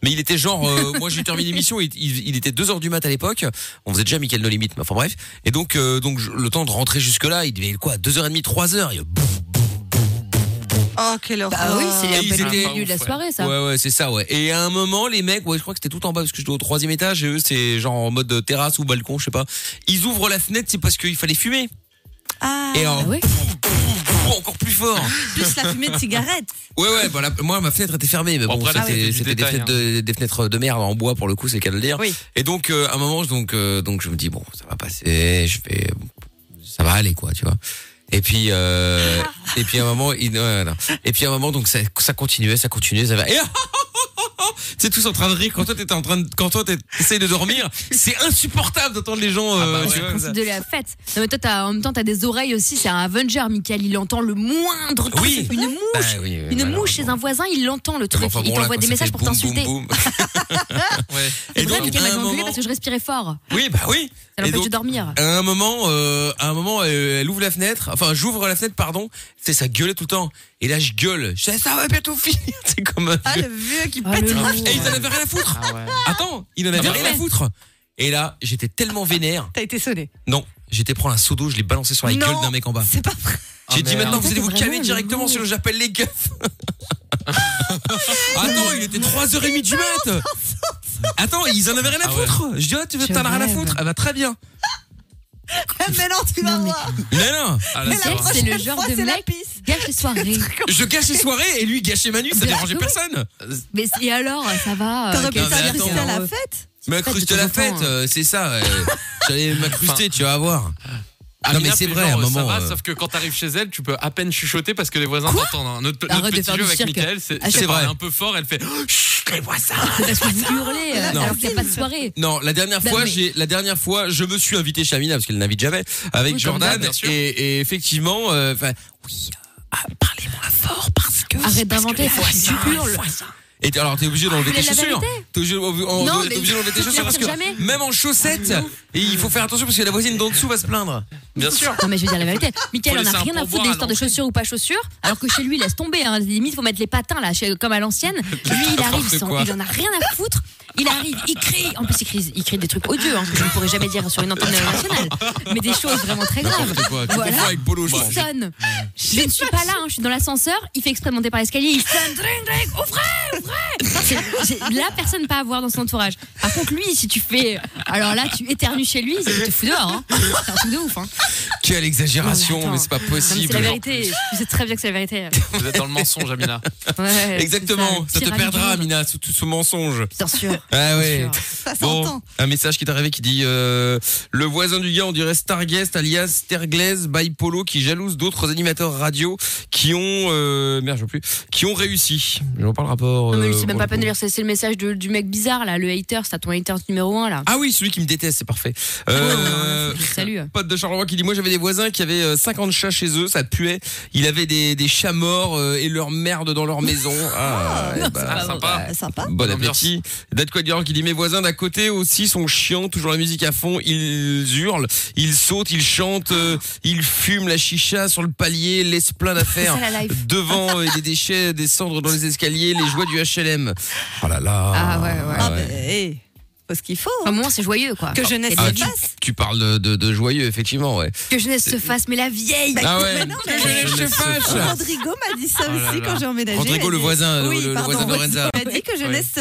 C: Mais il était genre, euh, moi j'ai terminé l'émission, il, il, il était 2 heures du mat à l'époque, on faisait déjà Michael No Limit, mais enfin bref. Et donc, euh, donc je- le temps de rentrer jusque-là, il devait quoi 2h30, 3h, et boum,
F: Oh, quelle horreur.
E: Bah oui, c'est
C: Et Ah, ils
E: un peu
C: étaient-
E: le milieu de la soirée, ça.
C: Ouais, ouais, c'est ça, ouais. Et à un moment, les mecs, ouais, je crois que c'était tout en bas parce que j'étais au troisième étage et eux, c'est genre en mode euh, terrasse ou balcon, je sais pas. Ils ouvrent la fenêtre, c'est parce qu'il fallait fumer.
F: Ah,
C: et en
E: Ah ouais.
C: encore plus fort.
F: plus la fumée de cigarette.
C: Ouais, ouais, bah, la- moi, ma fenêtre était fermée, mais
D: Bon,
C: bon, Ah
D: après, là, c'est
C: c'était
D: du
C: c'était des,
D: détail,
C: fenêtres de, des fenêtres de merde en bois pour le coup, c'est le cas de le dire.
F: Oui.
C: Et donc, euh, à un moment, je- donc, euh, donc, je me dis, bon, ça va passer, je vais, ça va aller, quoi, tu vois. Et puis, euh, et puis à un moment, il, ouais, non. et puis à un moment, donc ça, ça continuait, ça continuait, ça va. Et, Tu sais, tous en train de rire quand toi t'étais en train de, quand toi t'essayes de dormir. C'est insupportable d'entendre les gens. euh, tu
E: C'est le
C: vois, comme ça.
E: principe de la fête. Non, mais toi, t'as- en même temps, t'as des oreilles aussi. C'est un Avenger, Michael. Il entend le moindre truc.
C: Oui.
E: Une mouche.
C: Bah oui, oui,
E: une
C: malheureusement.
E: mouche chez un voisin, il l'entend le truc.
C: Enfin,
E: il
C: bon, là,
E: t'envoie
C: quand
E: des
C: ça
E: messages
C: fait
E: pour
C: boum,
E: t'insulter.
C: boum, boum. Ouais.
E: C'est
C: Et
E: vrai,
C: donc,
E: Michael
C: à
E: m'a
C: un
E: engueulé
C: moment-
E: parce que je respirais fort.
C: Oui, bah oui. Et
E: Ça l'empêche
C: donc,
E: de dormir.
C: À un moment, euh, à un moment, euh, elle ouvre la fenêtre. Enfin, j'ouvre la fenêtre, pardon. C'est ça gueulait tout le temps. Et là, je gueule. Je dis, ça va bientôt finir. C'est comme un
F: Ah,
C: vieux.
F: le vieux qui
E: Ah,
F: pète.
E: le
C: Et ils en avaient rien à foutre.
D: Ah
C: Attends, ils en avaient
E: Ah,
C: rien
E: ouais.
C: à foutre. Et là, j'étais tellement vénère.
F: T'as été sonné.
C: Non, j'étais prendre un seau d'eau, je l'ai balancé sur la
F: Non.
C: gueule d'un mec en bas.
F: C'est pas vrai.
C: J'ai dit
D: Ah, merde.
C: maintenant, vous
E: Toi,
C: allez
E: t'es
C: vous
E: vraiment
C: calmer
E: un
C: directement,
E: lourd.
C: sinon j'appelle les keufs. Attends, il était 3h30 du mat. Attends, ils en avaient rien à foutre. Je dis, ah, tu veux,
E: Je
C: t'en as rien à
E: rêve.
C: foutre. Ah bah très bien.
F: Eh, Mais non, tu vas
E: Non, mais-
F: voir.
C: Mais non,
D: Ah, là,
F: Mais
D: ça
F: la
D: va.
E: c'est le
F: prochaine
E: genre
F: fois,
E: de
F: c'est la
E: mec-
F: pisse.
E: Gâche les soirées.
C: je gâche les soirées et lui gâchait Manu, ça
E: Bien
C: dérangeait
E: sûr.
C: personne.
E: Mais et alors, ça va. euh,
F: T'aurais pu
E: qu'est-ce
C: mais
F: t'inviter
E: que
C: attends.
F: à la
E: euh,
F: fête
C: Ma
E: pas
C: cruste
E: de
C: de la
E: temps en
C: fête,
E: temps,
C: euh, c'est ça. euh, J'allais m'incruster, tu vas voir. Non, mais
D: Amina,
C: c'est
D: c'est
C: vrai,
D: genre,
C: à un
D: ça
C: moment,
D: va,
C: euh,
D: sauf que quand t'arrives chez elle, tu peux à peine chuchoter parce que les voisins t'entendent. hein. Notre, notre
E: Arrête de
D: petit
E: faire
D: jeu
E: du
D: avec
E: cirque.
D: Michael, c'est
E: Ah,
D: je
C: c'est
D: parle
C: vrai.
D: un peu fort, elle fait Oh, Chut, les voisins
E: Parce que vous hurlez euh,
C: Non.
E: alors qu'il n'y a pas de soirée.
C: Non, la dernière
E: Non,
C: fois,
E: mais-
C: j'ai la dernière fois, je me suis invité chez Amina parce qu'elle n'invite jamais avec
E: Oui, comme
C: Jordan
D: d'hab, bien sûr.
C: et, et effectivement, euh, enfin, oui, euh, ah, parlez-moi fort parce que
E: Arrête d'inventer, faut que tu hurles.
C: Et t'es- alors t'es obligé d'enlever
E: Ah,
C: tes
E: vous l'avez
C: chaussures. T'es obligé, on-
E: Non,
C: t'es
E: mais-
C: obligé d'enlever tes
E: tu
C: chaussures parce que
E: retires jamais. Ah,
C: même en chaussettes, et il faut faire attention parce que la voisine d'en dessous va se plaindre.
D: Bien sûr
E: Non mais je vais dire la vérité, Michael
D: Faut
E: on
D: laisser
E: a
D: un
E: rien à
D: pourboire
E: foutre
D: à
E: des histoires de
D: l'entrée.
E: chaussures ou pas chaussures, alors que chez lui laisse tomber, hein. limite faut mettre les patins là, chez- comme à l'ancienne. Lui il arrive,
C: N'importe
E: sans-
C: quoi.
E: il en a rien à foutre, il arrive, il crie, en plus il crie, il crie des trucs odieux hein, que je ne pourrais jamais dire sur une antenne nationale, mais des choses vraiment très graves.
C: Quoi, tu
E: Voilà.
C: confonds avec Bolo, Bah, je pense.
E: Il sonne. Je ne suis pas là, hein, je suis dans l'ascenseur. Il fait exprès de monter par l'escalier. Il sonne. Dring, dring, ouvrez, ouvrez. C'est- j'ai- La personne pas à voir dans son entourage. Par contre, lui, si tu fais. Alors là, tu éternues chez lui, il te fout dehors. hein. C'est un truc de ouf. hein.
C: Quelle exagération,
E: Attends.
C: mais c'est pas
E: Non, mais
C: possible.
E: C'est la vérité. Je sais très bien que c'est la vérité.
D: Vous êtes dans le mensonge, Amina.
E: Ouais, c'est
C: Exactement, ça,
E: Tyrannie
C: te
E: du
C: perdra,
E: monde.
C: Amina, sous tout ce mensonge.
E: Bien sûr.
C: Ah ouais.
E: Bien sûr.
F: Ça
C: Bon,
F: s'entend.
C: un message qui est arrivé qui dit euh, le voisin du gars on dirait Starguest alias Terglaise by Polo qui jalouse d'autres animateurs radio qui ont euh, merde je vois plus qui ont réussi. Je vois pas le rapport.
E: Non, mais lui,
C: euh,
E: c'est même
C: pour
E: pas
C: le
E: peine de
C: coup.
E: lire. C'est c'est le message de- du mec bizarre, là, le hater. C'est à ton hater numéro 1, là.
C: Ah oui, celui qui me déteste, c'est parfait.
E: Ouais,
C: Euh,
E: ouais, ouais, Salut.
C: Pote de Charleroi qui dit moi j'avais des voisins qui avaient euh, 50 chats chez eux, ça puait. Il avait des, des chats morts euh, et leur merde dans leur maison. Ah, eh ben,
D: Ah, sympa.
F: Euh, Sympa.
C: Bon
D: Ambiance.
C: appétit. Dad Quadrior qui dit mes voisins d'à côté aussi sont chiants, toujours la musique à fond, ils hurlent, ils sautent, ils chantent, euh, ils fument la chicha sur le palier, laissent plein d'affaires
E: C'est ça, la life.
C: devant euh, et des déchets, des cendres dans les escaliers, les joies du HLM. Oh là là.
E: Ah ouais, ouais.
F: Ah, ben, hé, faut ce qu'il faut.
E: Au moins, c'est joyeux, quoi.
F: Que jeunesse
C: Ah,
F: se
C: tu,
F: passe.
C: tu parles de, de- de joyeux effectivement ouais.
E: Que jeunesse se fasse, mais la vieille.
C: Ah ouais.
F: Mais non, mais-
C: Je ne sais pas, ça.
F: Rodrigo m'a dit ça
D: Oh là
F: aussi
D: là.
F: quand j'ai emménagé.
C: Rodrigo
F: Elle
C: le
F: dit-
C: voisin, le-
F: Oui,
C: le, le
F: pardon,
C: voisin de
F: Rodrigo
C: Lorenza.
F: m'a dit que jeunesse se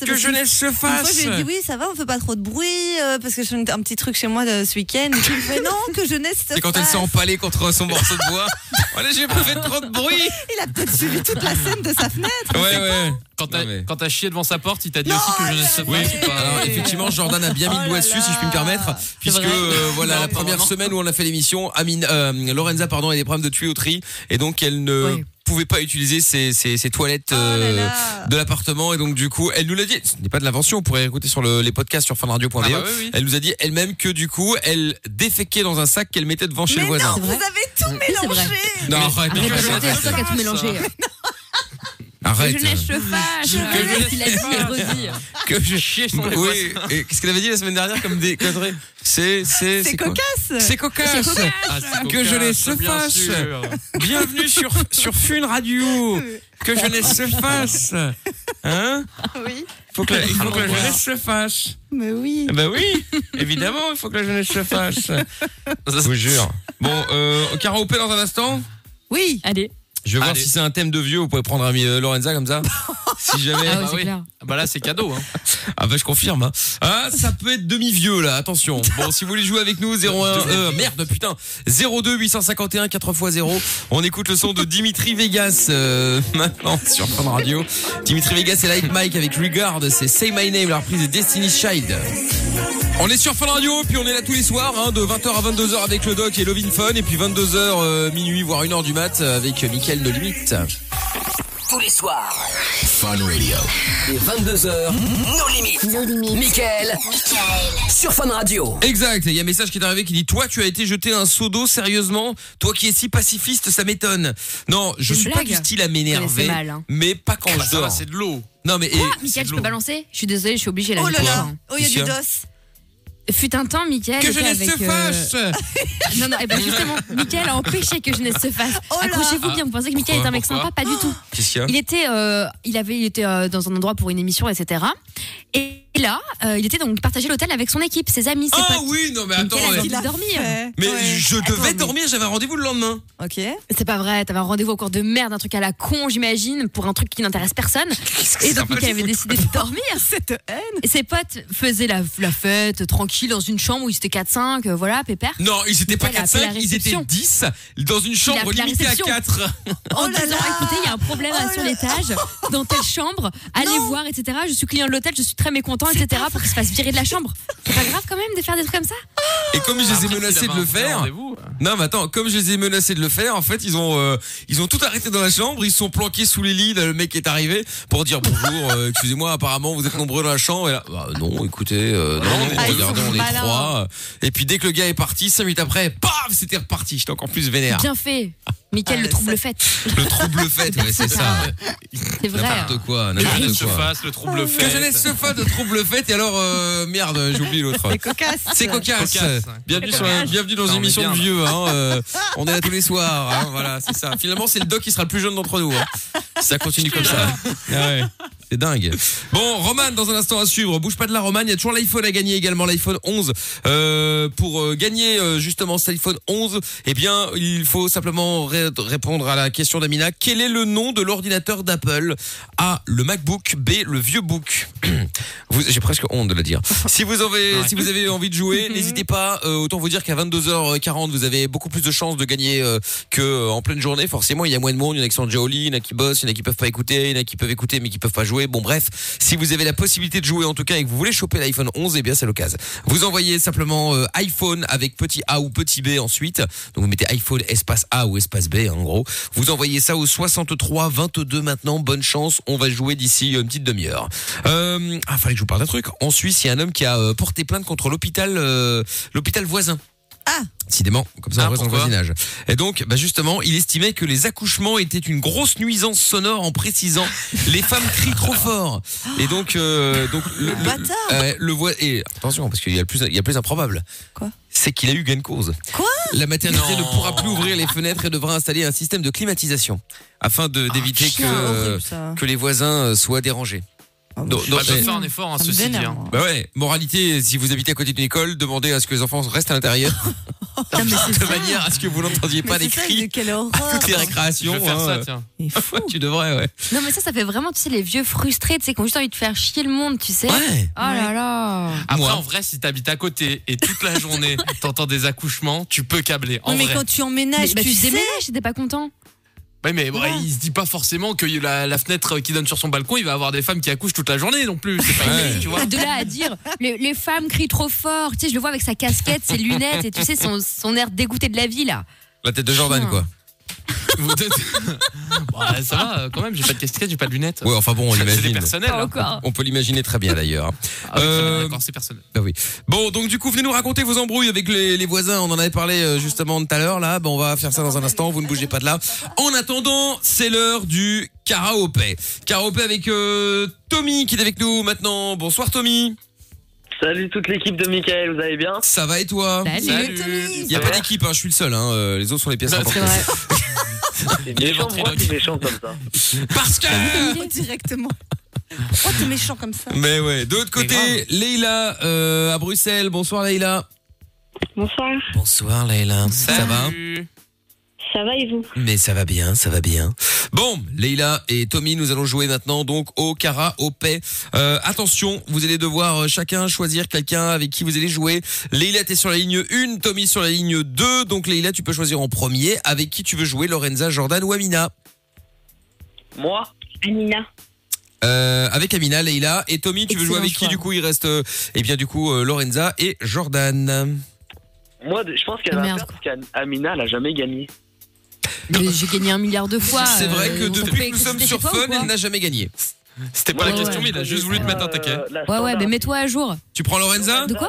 C: Que
F: parce que-
C: jeunesse se
F: Une fois,
C: fasse.
F: je lui ai dit oui, ça va, on fait pas trop de bruit euh, parce que je fais un petit truc chez moi de, ce week-end. Et tu me fais non, que jeunesse se
C: C'est quand elle
F: fasse.
C: s'est empalée contre son morceau de bois. Allez, j'ai pas fait trop de bruit.
F: Il a peut-être suivi toute la scène de sa fenêtre.
C: Ouais ouais.
D: Quand
C: Non,
D: t'as
C: mais-
D: quand t'as chié devant sa porte, il t'a dit aussi que je ne sais
C: Oui,
D: pas.
C: alors,
F: Ouais.
C: effectivement, Jordan a bien mis le
F: Oh
C: doigt
F: là
C: dessus,
F: là.
C: si je puis me permettre, puisque
E: vrai.
C: euh, voilà
D: Non,
C: la première
D: non.
C: semaine où on a fait l'émission, Amine, euh, Lorenza pardon, a des problèmes de tuyauterie et donc elle ne
E: Oui.
C: pouvait pas utiliser ses, ses- ses toilettes euh,
F: Oh là là.
C: de l'appartement et donc du coup, elle nous l'a dit. Ce n'est pas de l'invention, on pourrait écouter sur le- les podcasts sur fanradio.be.
D: Ah bah oui, oui.
C: E. Elle nous a dit elle-même que du coup, elle déféquait dans un sac qu'elle mettait devant chez
F: Mais
C: le voisin.
F: non, vous avez tout
E: c'est vrai.
F: mélangé.
C: Non, arrête,
E: Arrête de
C: arrête,
E: chanter,
C: Ah, arrête,
E: c'est toi qui as tout mélangé.
C: arrête.
E: Que jeunesse se fasse.
D: Que jeunesse
E: Il a dit,
D: se
E: il
D: fasse.
E: redit.
C: Que je
D: Chier sur les voisins.
C: Oui, et qu'est-ce qu'elle avait dit la semaine dernière comme des conneries C'est c'est
F: C'est
C: quoi
F: cocasse.
C: C'est cocasse.
D: Ah, c'est
C: Que jeunesse se
D: cocasse, bien
C: fasse.
D: sûr. Ah,
C: Bienvenue sur, sur Fun Radio. Que jeunesse se fasse. Hein
F: Oui.
C: faut que la, Il faut que la jeunesse se fasse.
F: Mais oui.
C: Eh Ben oui, évidemment, il faut que la jeunesse se fasse. Je vous jure. Bon, euh, karaopé dans un instant.
F: Oui.
E: Allez.
C: Je vais voir
D: Allez.
C: si c'est un thème de vieux. Vous pouvez prendre Ami euh, Lorenza comme ça. si jamais.
E: Ah
D: Ah
E: ouais, c'est
D: oui.
E: clair.
D: Ah Bah là, c'est cadeau. hein.
C: Ah bah je confirme. hein. Ah ça peut être demi-vieux là, attention. Bon si vous voulez jouer avec nous 01 euh, merde putain 02 851 4 x 0. On écoute le son de Dimitri Vegas euh, maintenant sur Fun Radio. Dimitri Vegas et Like Mike avec Regard, c'est Say My Name la reprise de Destiny's Child. On est sur Fun Radio, puis on est là tous les soirs, hein, de 20h à 22h avec le doc et Lovin Fun, et puis 22h euh, minuit, voire 1h du mat euh, avec Mickaël de Limite.
A: Tous les soirs,
K: Fun Radio.
A: les 22h, nos limites. Nos limites. Michael. Sur Fun Radio.
C: Exact, et il y a un message qui est arrivé qui dit Toi, tu as été jeté un seau d'eau, sérieusement Toi qui es si pacifiste, ça m'étonne. Non, je
E: Une
C: suis pas
E: blague.
C: du style à
E: Je connaissais
C: m'énerver,
E: mal, hein.
C: mais pas quand
D: Bah,
C: je
D: ça va,
C: dors.
D: c'est
C: de l'eau. Non, mais.
E: Quoi,
C: et-
E: Michael, je peux balancer Je suis désolée, je suis obligée. Là,
F: Oh
E: j'ai
F: là
E: pas le
F: là
E: temps.
F: Oh, il y a du
C: Tiens.
F: dos
E: Fut un temps, Michael.
C: Que
E: était
C: jeunesse
E: avec,
C: se
E: euh,
C: fâche
E: Non, non, et ben justement, Michael a empêché que jeunesse se fasse.
F: Oh là
E: Accrochez-vous bien, vous pensez que Michael est un mec
C: Pourquoi
E: sympa Pas du tout.
C: Qu'est-ce qu'il y a
E: Il était, euh, il avait, il était euh, dans un endroit pour une émission, etc. Et là, euh, il était donc partagé l'hôtel avec son équipe, ses amis, ses
C: Ah
E: potes.
C: oui, non, mais attends.
E: Michael a
C: mais-
E: envie de dormir.
C: Mais
F: Ouais.
C: je
E: Attends,
C: devais
E: mais-
C: dormir, j'avais un rendez-vous le lendemain.
F: Ok.
E: C'est pas vrai, t'avais un rendez-vous au cours de merde, un truc à la con, j'imagine, pour un truc qui n'intéresse personne.
C: que
E: Et
C: c'est
E: donc,
C: un
E: Michael avait décidé de dormir.
F: Cette haine
E: Et ses potes faisaient la, la fête euh, tranquille dans une chambre où ils étaient 4-5, euh, voilà, pépère.
C: Non, ils étaient pas
E: Il a appelé la
C: 4-5, ils étaient
E: réception.
C: 10 dans une chambre
E: appelé la
C: limitée à
E: réception.
C: 4.
E: en
F: Oh là
E: disant
F: là
E: écoutez il y a un problème
F: Oh
E: sur
F: là-
E: l'étage dans telle chambre allez voir etc je suis client de l'hôtel je suis très mécontent etc pour qu'il se fasse virer de la chambre c'est pas grave quand même de faire des trucs comme ça
C: Et comme je les ai menacés de le faire. Non, mais attends, comme je les ai menacés de le faire, en fait, ils ont, euh, ils ont tout arrêté dans la chambre, ils se sont planqués sous les lits, là, le mec est arrivé pour dire bonjour, euh, excusez-moi, apparemment vous êtes nombreux dans la chambre, et là, bah non, écoutez, euh, non, non,
F: Ah, ils
C: regardez,
F: sont
C: on est
F: malins.
C: trois. Et puis dès que le gars est parti, 5 minutes après, paf, c'était reparti, j'étais encore plus vénère.
E: bien fait Michael
F: Ah,
E: le trouble
F: ça-
E: fait
C: Le trouble fait, ouais, c'est ça.
E: c'est vrai
C: N'importe quoi,
D: Que je
C: n'importe
D: se
C: quoi.
D: fasse, le trouble fait. Bah,
C: Que je laisse ce fan de trouble fait, et alors, euh, merde, j'ai oublié l'autre.
F: C'est cocasse
C: C'est cocasse.
D: Cocasse.
C: Bienvenue,
D: C'est
C: sur-
D: cocasse.
C: bienvenue dans
D: Non,
C: une
D: on est
C: émission
D: bien,
C: de
D: là.
C: vieux. Hein, euh, on est là tous les soirs. hein, voilà, c'est ça. Finalement, c'est le doc qui sera le plus jeune d'entre nous. hein. Ça continue comme ça. Ah ouais, C'est dingue. Bon, Roman, dans un instant à suivre. Bouge pas de la Romane. Il y a toujours l'iPhone à gagner également, l'iPhone 11. Euh, pour euh, gagner euh, justement cet iPhone 11, eh bien, il faut simplement ré- répondre à la question d'Amina. Quel est le nom de l'ordinateur d'Apple A. Le MacBook. B. Le vieux book. Vous- J'ai presque honte de le dire. Si vous avez,
D: Ouais.
C: si vous avez envie de jouer, n'hésitez pas. Euh, autant vous dire qu'à 22h40, vous avez beaucoup plus de chances de gagner euh, que euh, en pleine journée. Forcément, il y a moins de monde. Il y en a qui sont déjà au lit, il y en a qui bossent, il y en a qui peuvent pas écouter, il y en a qui peuvent écouter mais qui peuvent pas jouer. Bon, bref, si vous avez la possibilité de jouer en tout cas et que vous voulez choper l'iPhone 11, eh bien c'est l'occasion. Vous envoyez simplement euh, iPhone avec petit A ou petit B ensuite. Donc vous mettez iPhone espace A ou espace B hein, en gros. Vous envoyez ça au 63 22 maintenant. Bonne chance, on va jouer d'ici une petite demi-heure. Euh, ah, fallait que je vous parle d'un truc. En Suisse, il y a un homme qui a euh, porté plainte contre l'hôpital, euh, l'hôpital voisin.
F: Ah.
C: Décidément, comme ça on
D: Ah,
C: reste dans le
D: pourquoi
C: voisinage. Et donc, bah justement, il estimait que les accouchements étaient une grosse nuisance sonore en précisant les femmes crient trop fort. Et donc, euh, donc le, le-
F: Bâtard.
C: euh, le voi- et attention parce qu'il y a le plus, il y a le plus improbable.
F: Quoi
C: C'est qu'il a eu gain de cause.
F: Quoi
C: La maternité
D: Non.
C: ne pourra plus ouvrir les fenêtres et devra installer un système de climatisation afin de d'éviter que
F: Chien, Ah, horrible, ça.
C: que les voisins euh, soient dérangés.
F: Ah,
C: donc-
F: je-
C: donc-
D: Bah,
F: ça
D: de
F: me
D: faire un effort, hein, ceci dit.
F: vénère,
D: hein.
F: moi.
C: Bah ouais, moralité, si vous habitez à côté d'une école, demandez à ce que les enfants restent à l'intérieur
F: Putain, mais c'est
C: de
F: ça.
C: manière à ce que vous n'entendiez
F: Mais
C: pas les
F: c'est ça,
C: cris
F: de quelle
C: à
F: horreur.
C: toutes les
D: Je
C: récréations.
D: vais faire ça,
C: hein.
D: tiens.
F: Il est fou.
C: Ouais, tu devrais, ouais.
E: non mais ça ça fait vraiment tu sais les vieux frustrés tu sais qui ont juste envie de faire chier le monde tu sais
C: Ouais.
E: oh là là
D: Après,
C: Moi.
D: en vrai, si t'habites à côté et toute la journée t'entends des accouchements, tu peux câbler. En
F: Non, mais
D: vrai.
F: quand tu
E: mais,
F: emménages,
E: bah,
F: tu
E: tu
F: sais.
E: déménages t'es pas content
D: Ouais, mais ouais, il se dit pas forcément que la, la fenêtre qui donne sur son balcon, il va avoir des femmes qui accouchent toute la journée non plus. C'est pas
C: Ouais.
D: une vie, tu vois.
E: de là à dire les, les femmes crient trop fort tu sais je le vois avec sa casquette ses lunettes et tu sais son, son air dégoûté de la vie là
C: La tête de Jordan,
E: Chien.
C: quoi.
D: Vous êtes- Ouais, ça va euh, quand même, j'ai pas de casquette, j'ai pas de lunettes.
C: Ouais, enfin bon, on
D: c'est des
C: l'imagine.
D: personnels.
E: pas
D: hein.
E: encore
C: On peut l'imaginer très bien d'ailleurs.
D: Ah ouais, très bien,
C: Euh,
D: D'accord, c'est personnel.
C: Bah oui. Bon, donc du coup, venez nous raconter vos embrouilles avec les, les voisins. On en avait parlé euh, justement tout à l'heure. Là, Bah, on va faire ça dans un instant. Vous ne bougez pas de là. En attendant, c'est l'heure du karaopé. Karaopé avec euh, Tommy qui est avec nous maintenant. Bonsoir Tommy.
G: Salut toute l'équipe de Michael, vous allez bien
C: Ça va et toi
E: Salut.
C: Il y a pas d'équipe, hein, je suis le seul. Hein. euh, Les autres sont les pièces
D: Bah,
C: rapportées.
E: vrai.
G: C'est méchant, moi, c'est méchant comme ça.
C: Parce que.
F: Oh, Directement. Oh, t'es méchant comme ça.
C: Mais ouais. De l'autre côté, Leïla euh, à Bruxelles. Bonsoir Leïla.
L: Bonsoir,
C: Bonsoir Leïla. Ça va
D: Salut.
L: ça va et vous
C: Mais ça va bien, ça va bien. Bon, Leïla et Tommy, nous allons jouer maintenant donc au Cara, au Paix. Euh, attention, vous allez devoir euh, chacun choisir quelqu'un avec qui vous allez jouer. Leïla, t'es sur la ligne 1, Tommy sur la ligne 2. Donc Leïla, tu peux choisir en premier avec qui tu veux jouer, Lorenza, Jordan ou Amina.
G: Moi
L: Amina,
C: Euh, avec Amina, Leïla et Tommy, tu veux jouer
F: Excellent
C: avec qui
F: choix.
C: du coup Il reste, euh, eh bien du coup, euh, Lorenza et Jordan.
G: Moi, je pense qu'elle va
E: Merde,
G: perdre parce qu'Amina, elle a jamais gagné.
E: Mais J'ai gagné un milliard de fois.
C: C'est vrai que
E: euh, on s'en fait
C: depuis que nous sommes
E: écouter
C: sur
E: chez toi ou
C: Fun,
E: quoi
C: elle n'a jamais gagné.
D: C'était pas la question, mais il a juste voulu te mettre un taquet.
E: Ouais, ouais, mais mets-toi à jour.
C: Tu prends Lorenza
E: De quoi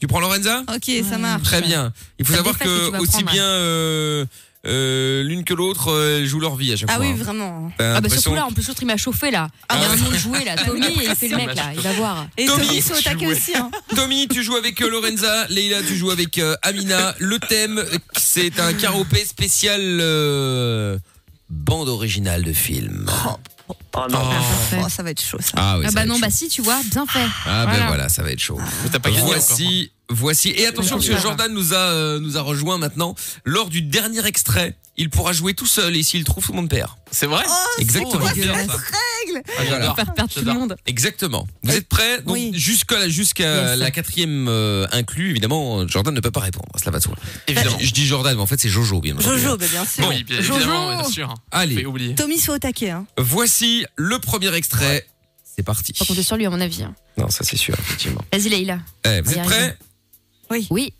C: Tu prends Lorenza
F: Ok, ça marche.
C: Très bien. Il faut
F: Ça
C: savoir
F: dépasse ce que tu
C: que
F: vas
C: aussi
F: prendre,
C: bien euh, euh, l'une que l'autre euh, elles jouent leur vie à chaque
E: Ah
C: fois.
E: oui,
C: hein.
E: vraiment.
C: T'as
E: Ah bah
C: l'impression
E: surtout là, en plus, l'autre il m'a chauffé là. Ah, il y a un nom joué là, Tommy, et il fait le mec là, il va voir.
F: Et
C: Tommy,
F: Tommy, c'est au taquet
C: jouais.
F: aussi. Hein.
C: Tommy, tu joues avec euh, Lorenza, Leila, tu joues avec euh, Amina. Le thème, euh, c'est un karaopé spécial euh, bande originale de film.
F: Oh
C: non.
F: Oh, ça va être chaud ça.
C: Ah oui,
E: Ah
C: ça
E: bah
C: va
E: non,
C: être
E: bah si, tu vois, bien fait.
C: Ah ben voilà, ça va être chaud.
D: pas gagné
C: voici, voici. Et attention,
D: Oui,
C: parce que
D: oui.
C: Jordan nous a euh, nous a rejoint maintenant. Lors du dernier extrait, il pourra jouer tout seul et s'il trouve, tout le monde perd.
D: Ah, C'est vrai
C: Oh, Exactement.
D: c'est bien, ça.
F: Règle
C: Ah, voilà.
E: On va faire perdre tout le monde.
C: Exactement. Vous êtes prêts Donc jusqu'à la, jusqu'à
E: Yes.
C: la quatrième euh, inclus, évidemment, Jordan ne peut pas répondre. Cela va de soi. Évidemment. Je, je dis Jordan, mais en fait c'est Jojo, bien entendu.
F: Jojo, bah, bien sûr.
C: Bon.
D: Oui, bien
F: Jojo.
D: évidemment, bien sûr.
C: Allez,
F: Tommy, sois au taquet. Hein.
C: voici le premier extrait. C'est parti.
E: Faut compter sur lui, à mon avis. hein.
C: Non, ça c'est sûr, effectivement.
E: Vas-y, Leïla.
C: Eh, vous
E: On
C: êtes
E: y arrive.
C: prêts
F: Oui.
E: Oui.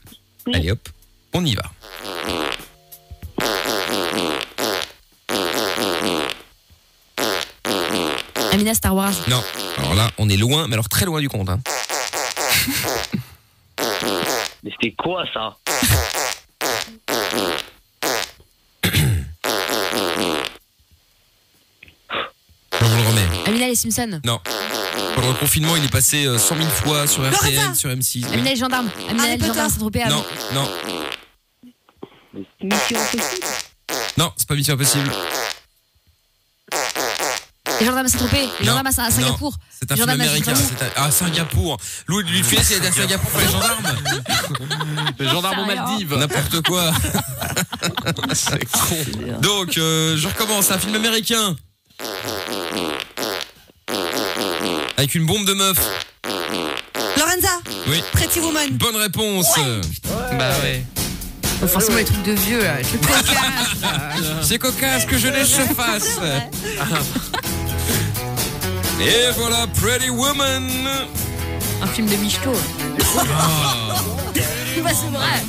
C: Allez hop, on y va.
E: Amina Star Wars.
C: Non, alors là, on est loin, mais alors très loin du compte. hein.
G: Mais c'était quoi ça
C: Je vous le remets.
E: Amina les Simpsons.
C: Non. Pendant le confinement, il est passé euh, 100 000 fois sur
E: Lorenza
C: RTL, sur M6. oui.
E: Amina les gendarmes. Amina
F: Harry
E: les
F: Potter.
E: gendarmes s'est trompée
C: Non, non. Non, c'est pas Mission Impossible.
E: Les gendarmes s'est trompée. Les
C: Non,
E: gendarmes à Sing- à
C: non.
E: Singapour.
C: C'est un
E: Les
C: film
E: gendarmes à
C: américain.
E: Singapour.
C: c'est un- Ah, Singapour. Louis de Luffier, c'est à Singapour pour les gendarmes.
D: Le gendarme aux Maldives.
C: N'importe quoi.
D: C'est con.
C: Donc, euh, je recommence. Un film américain avec une bombe de meuf.
F: Lorenza,
C: Oui.
F: Pretty Woman.
C: Bonne réponse.
D: Bah ouais.
E: Oh, Forcément, les trucs de vieux là. les trucs cocasses.
C: C'est cocasse que je laisse se fasse. Et voilà, Pretty Woman.
E: Un film de Michto. Bah, c'est vrai.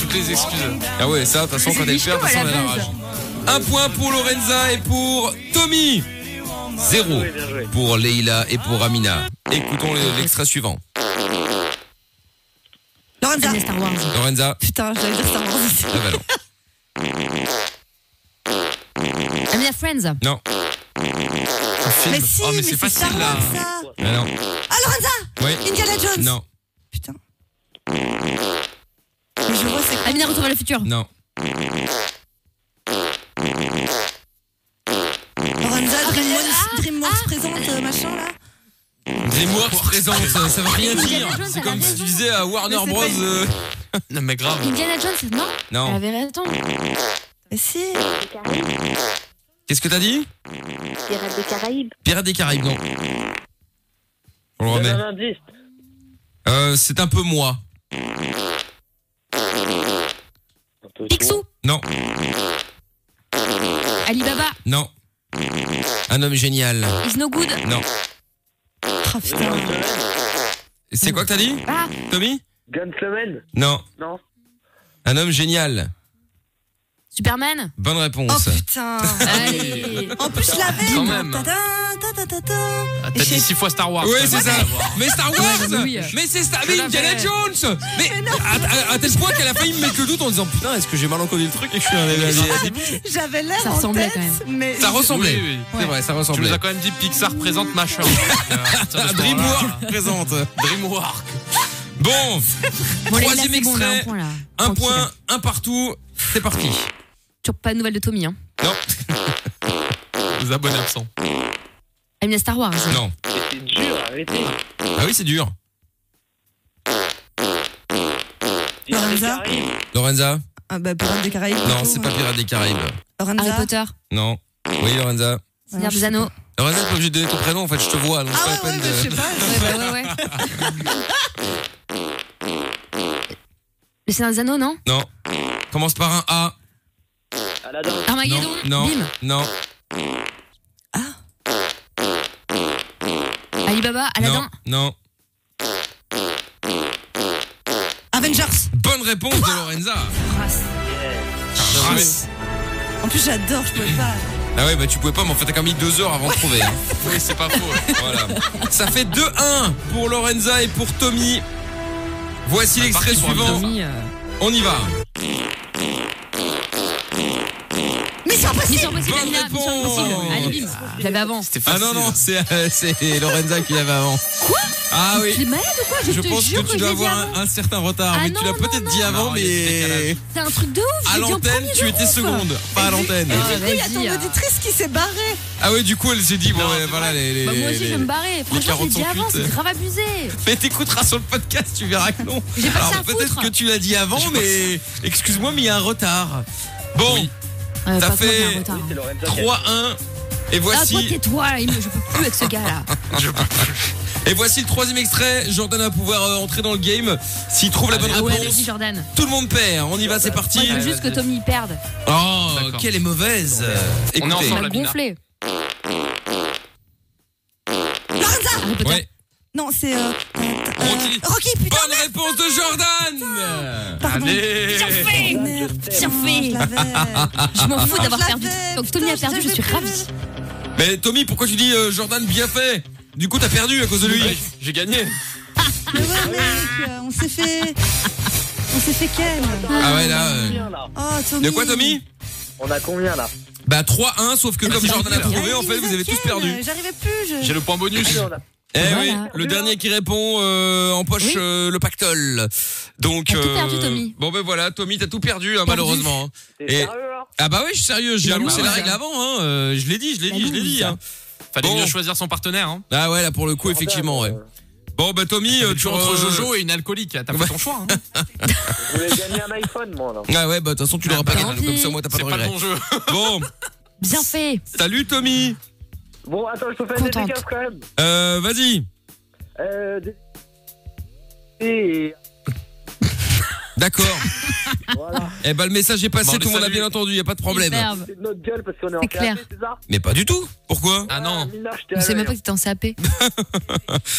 D: Toutes les excuses.
C: Ah ouais, ça, de toute façon, quand elle perd, de toute façon, elle a la rage. Un point pour Lorenza et pour Tommy. Zéro pour Leila et pour Amina. Écoutons le- l'extrait suivant.
F: Lorenza.
E: Amina Star Wars.
C: Lorenza.
F: Putain, j'allais dire Star Wars aussi.
C: Ah bah non.
E: Amina Friends.
C: Non.
F: Mais si,
D: Oh, mais
F: mais
D: c'est
F: c'est
D: facile,
F: Star
D: là.
F: Wars ça.
C: Ah non.
F: Ah, Lorenza
C: Oui.
F: Indiana Jones.
C: Non.
F: Putain. Mais je vois, c'est quoi
E: Amina Retour vers le futur.
C: Non.
F: Lorenza,
E: Ah,
F: Dreamworks, Dreamworks présente, euh, machin là.
C: DreamWorks présente, ça, ça veut rien
E: Indiana
C: dire.
E: Jones,
C: C'est
E: elle a
C: comme si
E: raison.
C: tu disais à Warner
F: Mais c'est
C: Bros.
F: pas-
C: euh,
D: Non, mais grave.
E: Indiana Jones, non Elle
F: Euh,
C: Non.
E: avait raison.
F: Mais si. Oh,
C: Qu'est-ce que t'as dit
L: Pirates des Caraïbes.
C: Pirates des Caraïbes, non. On le remet.
L: Un indice.
C: Euh, c'est un peu moi.
E: Picsou.
C: Non,
E: Alibaba.
C: non. Un homme génial.
E: Is no good.
C: Non.
F: Oh, putain.
C: C'est quoi que t'as dit
E: Ah.
C: Tommy
G: Gunslemen
C: Non.
G: Non.
C: Un homme génial.
E: Superman.
C: Bonne
F: Oh
C: réponse.
F: putain.
C: Ah,
E: Allez.
F: En plus, je l'avais.
D: Quand
F: moi.
D: même.
F: Tadam, tadam.
D: Ah, T'as dit six fois Star Wars. Ah,
C: Ouais,
D: quand
C: c'est
D: même.
C: ça. Mais Star Wars
E: Ouais, oui.
C: Mais c'est Star
D: Je
C: mais Indiana
D: l'avais.
C: Jones Mais à, à- à tel point qu'elle a failli me mettre le doute en disant Putain, est-ce que j'ai mal encodé le truc et que je suis un
F: J'avais l'air
E: Ça
F: en
E: ressemblait
F: tête,
E: quand même.
F: mais
C: Ça ressemblait.
D: Ah, Oui, oui.
C: C'est vrai, ça
D: Tu nous
C: ressemblait.
D: as quand même dit Pixar présente machin. Donc, euh, à partir de
C: Ah,
D: ce moment-là,
C: Dreamworks présente.
D: Dreamwork.
C: Bon,
E: Bon, là,
C: troisième
E: c'est bon, on a
C: extrait.
E: un point là.
C: un
E: Tranquille.
C: point, un partout. C'est parti.
E: Toujours pas de nouvelles de Tommy. Hein.
C: Non,
D: Les abonnés absents.
E: Amina Star Wars.
C: non.
G: C'est dur, arrêtez.
C: Ah oui, c'est dur.
F: Lorenza.
C: Lorenza
F: Ah bah, Pirates des Caraïbes.
C: Non,
F: plutôt,
C: c'est
F: hein.
C: pas Pirates des Caraïbes.
F: Lorenza.
E: Harry Potter.
C: Non. Oui, Lorenza.
E: Seigneur des Anneaux.
C: Lorenza, t'es obligé de donner ton prénom, en fait, je te vois, donc c'est
F: Ah
C: pas la
F: ouais, ouais,
C: peine
F: bah, je sais
C: de...
F: pas.
E: Ouais, bah ouais, ouais. Le Seigneur des Anneaux, non
C: Non. Commence par un A.
G: Aladdin.
C: Non,
E: Armageddon
C: non,
E: Bim
C: non,
E: Alibaba
C: non,
E: Aladdin
C: non.
F: Avengers.
C: Ah, Bonne réponse de Lorenza.
E: Race.
C: Race.
F: En plus, j'adore, je peux pas.
C: Ah ouais, bah tu pouvais pas, mais en fait, t'as quand même mis deux heures avant de trouver. hein. Oui, c'est pas faux. Voilà. Ça fait 2-1 pour Lorenza et pour Tommy. Voici l'extrait suivant. On y va.
E: Mission impossible
C: Bonne
E: Anna, Mission
C: réponse.
E: impossible. Allez, bim. Je l'avais
D: Oh,
E: avant.
C: Ah non, non, c'est euh, c'est Lorenza qui l'avait avant. Quoi Ah
E: T'es
C: oui.
E: malade ou quoi Je,
C: Je
E: te
C: pense
E: jure
C: que tu
E: je
C: dois
E: l'ai dit
C: avoir
E: avant.
C: un, un certain retard,
E: Ah
C: mais
E: non,
C: tu l'as peut-être dit avant, mais
E: C'est un truc de ouf.
C: à
E: je l'ai dit en
C: l'antenne,
E: premier
C: tu
E: jour,
C: étais
E: quoi.
C: seconde, pas à l'antenne.
E: Ah,
F: Et du coup, il y a
E: hein.
F: ton auditrice qui s'est barrée.
C: Ah ouais, du coup, elle s'est dit bon, ouais, voilà les. les
E: Bah, moi aussi,
C: les-
E: je vais me barrer. Franchement,
C: 40
E: je l'ai dit
C: sont
E: avant,
C: cuites.
E: c'est grave abusé.
C: Mais t'écouteras sur le podcast, tu verras que non.
E: J'ai pas que ça
C: Alors
E: à
C: peut-être
E: foutre.
C: que tu l'as dit avant, mais excuse-moi, mais il y a un retard. Bon,
E: Euh,
C: t'as
E: pas toi, il y a un
C: fait
E: retard, hein.
C: 3-1 et
E: Ah, toi,
C: voici.
E: tais-toi, il me- je peux plus avec ce gars-là.
C: et voici le troisième extrait. Jordan va pouvoir euh, entrer dans le game. S'il trouve la bonne
E: Ah ouais,
C: réponse,
E: vas-y, Jordan.
C: tout le monde perd. On y va, c'est parti.
E: Moi, je veux juste que Tommy y perde.
C: Oh, quelle est mauvaise.
E: On
C: Écoutez.
E: m'a gonflé.
C: Ouais.
F: Non, c'est. euh,
C: Rocky.
F: Rocky, putain.
C: Bonne réponse de Jordan.
F: Pardon.
C: Allez.
E: Bien fait Bien fait Je m'en fous d'avoir perdu. Donc Tommy a perdu, je suis ravie.
C: Mais Tommy, pourquoi tu dis euh, Jordan bien fait Du coup, t'as perdu à cause de lui. J'ai gagné.
F: Mais ouais, mec, euh, on s'est fait. On s'est fait quel
C: Ah ouais, là, euh.
F: Oh, Tommy.
C: De quoi, Tommy
K: On a combien là
C: Bah 3-1, sauf
E: Ah,
C: que comme Jordan a trouvé, Ah, en fait, vous avez tous perdu.
F: Euh, J'arrivais plus. je-
C: J'ai le point bonus. Eh oui, le dernier qui répond euh, empoche euh, le pactole. Donc euh,
E: tout perdu, Tommy.
C: Bon ben voilà, Tommy, t'as tout perdu, hein, malheureusement.
K: T'es
C: Et-
K: sérieux, là
C: ah bah oui, je suis sérieux. J'ai
D: La
C: annoncé
D: loose,
C: la
D: hein.
C: règle avant. Hein. euh, je l'ai dit,
E: Bah
C: je l'ai dit, je l'ai dit. Hein.
D: Fallait
C: Bon.
D: mieux choisir son partenaire. Hein.
C: Ah ouais, là pour le coup, effectivement,
D: euh,
C: ouais. Bon bah Tommy, euh,
D: Tu
C: tu
D: entre
C: euh,
D: Jojo et une alcoolique, t'as fait ton choix. Hein.
K: Je voulais gagner un iPhone, moi, là.
C: Ah ouais, bah de toute façon, tu l'auras pas gagné. donc Comme ça, moi, t'as pas de
D: C'est pas
C: regret.
D: ton jeu.
C: Bon,
E: Bien fait
C: salut Tommy.
K: Bon, attends, je peux faire
E: Contente.
K: des dédicaces quand même.
C: Euh, vas-y.
K: Euh. des- Et. euh,
C: D'accord.
K: Voilà.
C: Eh ben le message est passé,
D: Bon,
C: tout le monde a
D: salut.
C: bien entendu, y a pas de problème.
K: C'est de notre gueule parce qu'on est en
E: C'est clair.
K: CAP, c'est ça
C: Mais pas du tout. Pourquoi
D: Ah non.
K: Mina, je t'ai
E: On sait
K: allé.
E: même pas que t'étais en CAP.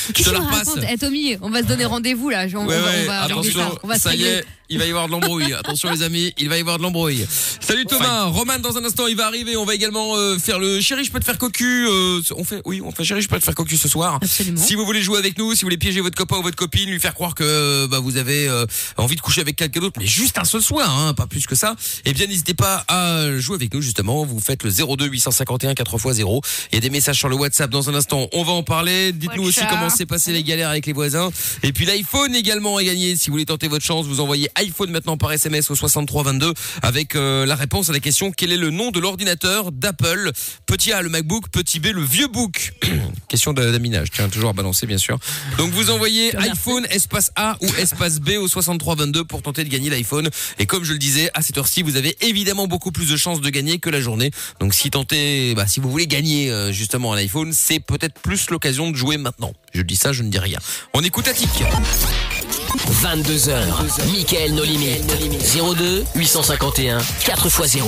C: Je
E: Qu'est-ce
C: te
E: qu'on
C: la repasse.
E: raconte Eh Tommy, on va se donner rendez-vous là. Genre, on
C: Ouais,
E: va-
C: ouais,
E: on va régler
C: attention,
E: ça. On va se
C: ça y
E: régler.
C: est, il va y avoir de l'embrouille. attention les amis, il va y avoir de l'embrouille. Salut Thomas, Roman dans un instant, il va arriver. On va également euh, faire le chéri, je peux te faire cocu. euh, on fait, oui, on fait chéri, je peux te faire cocu ce soir.
E: Absolument.
C: Si vous voulez jouer avec nous, si vous voulez piéger votre copain ou votre copine, lui faire croire que euh, bah, vous avez euh, envie de coucher avec quelqu'un d'autre, mais juste un seul soir, hein, pas plus que ça, eh bien n'hésitez pas à jouer avec nous justement. Vous faites le 02 851 4x0. Il y a des messages sur le WhatsApp dans un instant. On va en parler. Dites-nous aussi
E: WhatsApp.
C: comment s'est passé les galères avec les voisins. Et puis l'iPhone également est gagné. Si vous voulez tenter votre chance, vous envoyez iPhone maintenant par SMS au 6322 avec euh, la réponse à la question quel est le nom de l'ordinateur d'Apple Petit A le MacBook, petit B le vieux book. question de- d'aminage. Tiens, toujours à balancer bien sûr. Donc vous envoyez iPhone espace A ou espace B au 6322 pour tenter de gagner l'iPhone. Et comme je le disais, à cette heure-ci, vous avez évidemment beaucoup plus de chances de gagner que la journée. Donc si tentez, bah, si vous voulez gagner euh, justement un iPhone, c'est peut-être plus l'occasion de jouer maintenant. Je dis ça, je ne dis rien. On écoute Attic.
A: 22h, Mickaël nos limites. 02 851 4x0.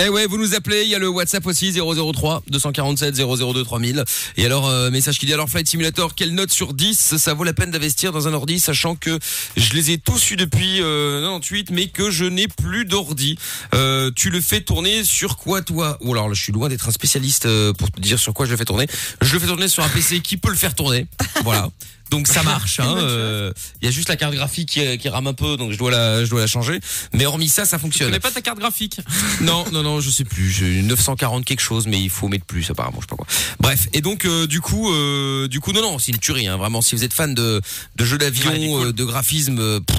C: Eh ouais, vous nous appelez, il y a le WhatsApp aussi 003 247 002 3000. Et alors euh, message qui dit alors Flight Simulator, quelle note sur 10 ça vaut la peine d'investir dans un ordi sachant que je les ai tous eu depuis euh, 98 mais que je n'ai plus d'ordi. Euh, tu le fais tourner sur quoi toi Ou alors là, je suis loin d'être un spécialiste euh, pour te dire sur quoi je le fais tourner. Je le fais tourner sur un PC qui peut le faire tourner. Voilà. Donc ça marche. hein, euh, Il y a juste la carte graphique qui, qui rame un peu, donc je dois la, je dois la changer. Mais hormis ça, ça
D: Tu
C: fonctionne.
D: connais pas ta carte graphique.
C: Non, non, non, je sais plus. J'ai 940 quelque chose, mais il faut mettre plus apparemment, je sais pas quoi. Bref, et donc euh, du coup, euh, du coup, non, non, c'est une tuerie, hein, vraiment. Si vous êtes fan de, de jeux d'avion, euh, de graphisme, euh, pff,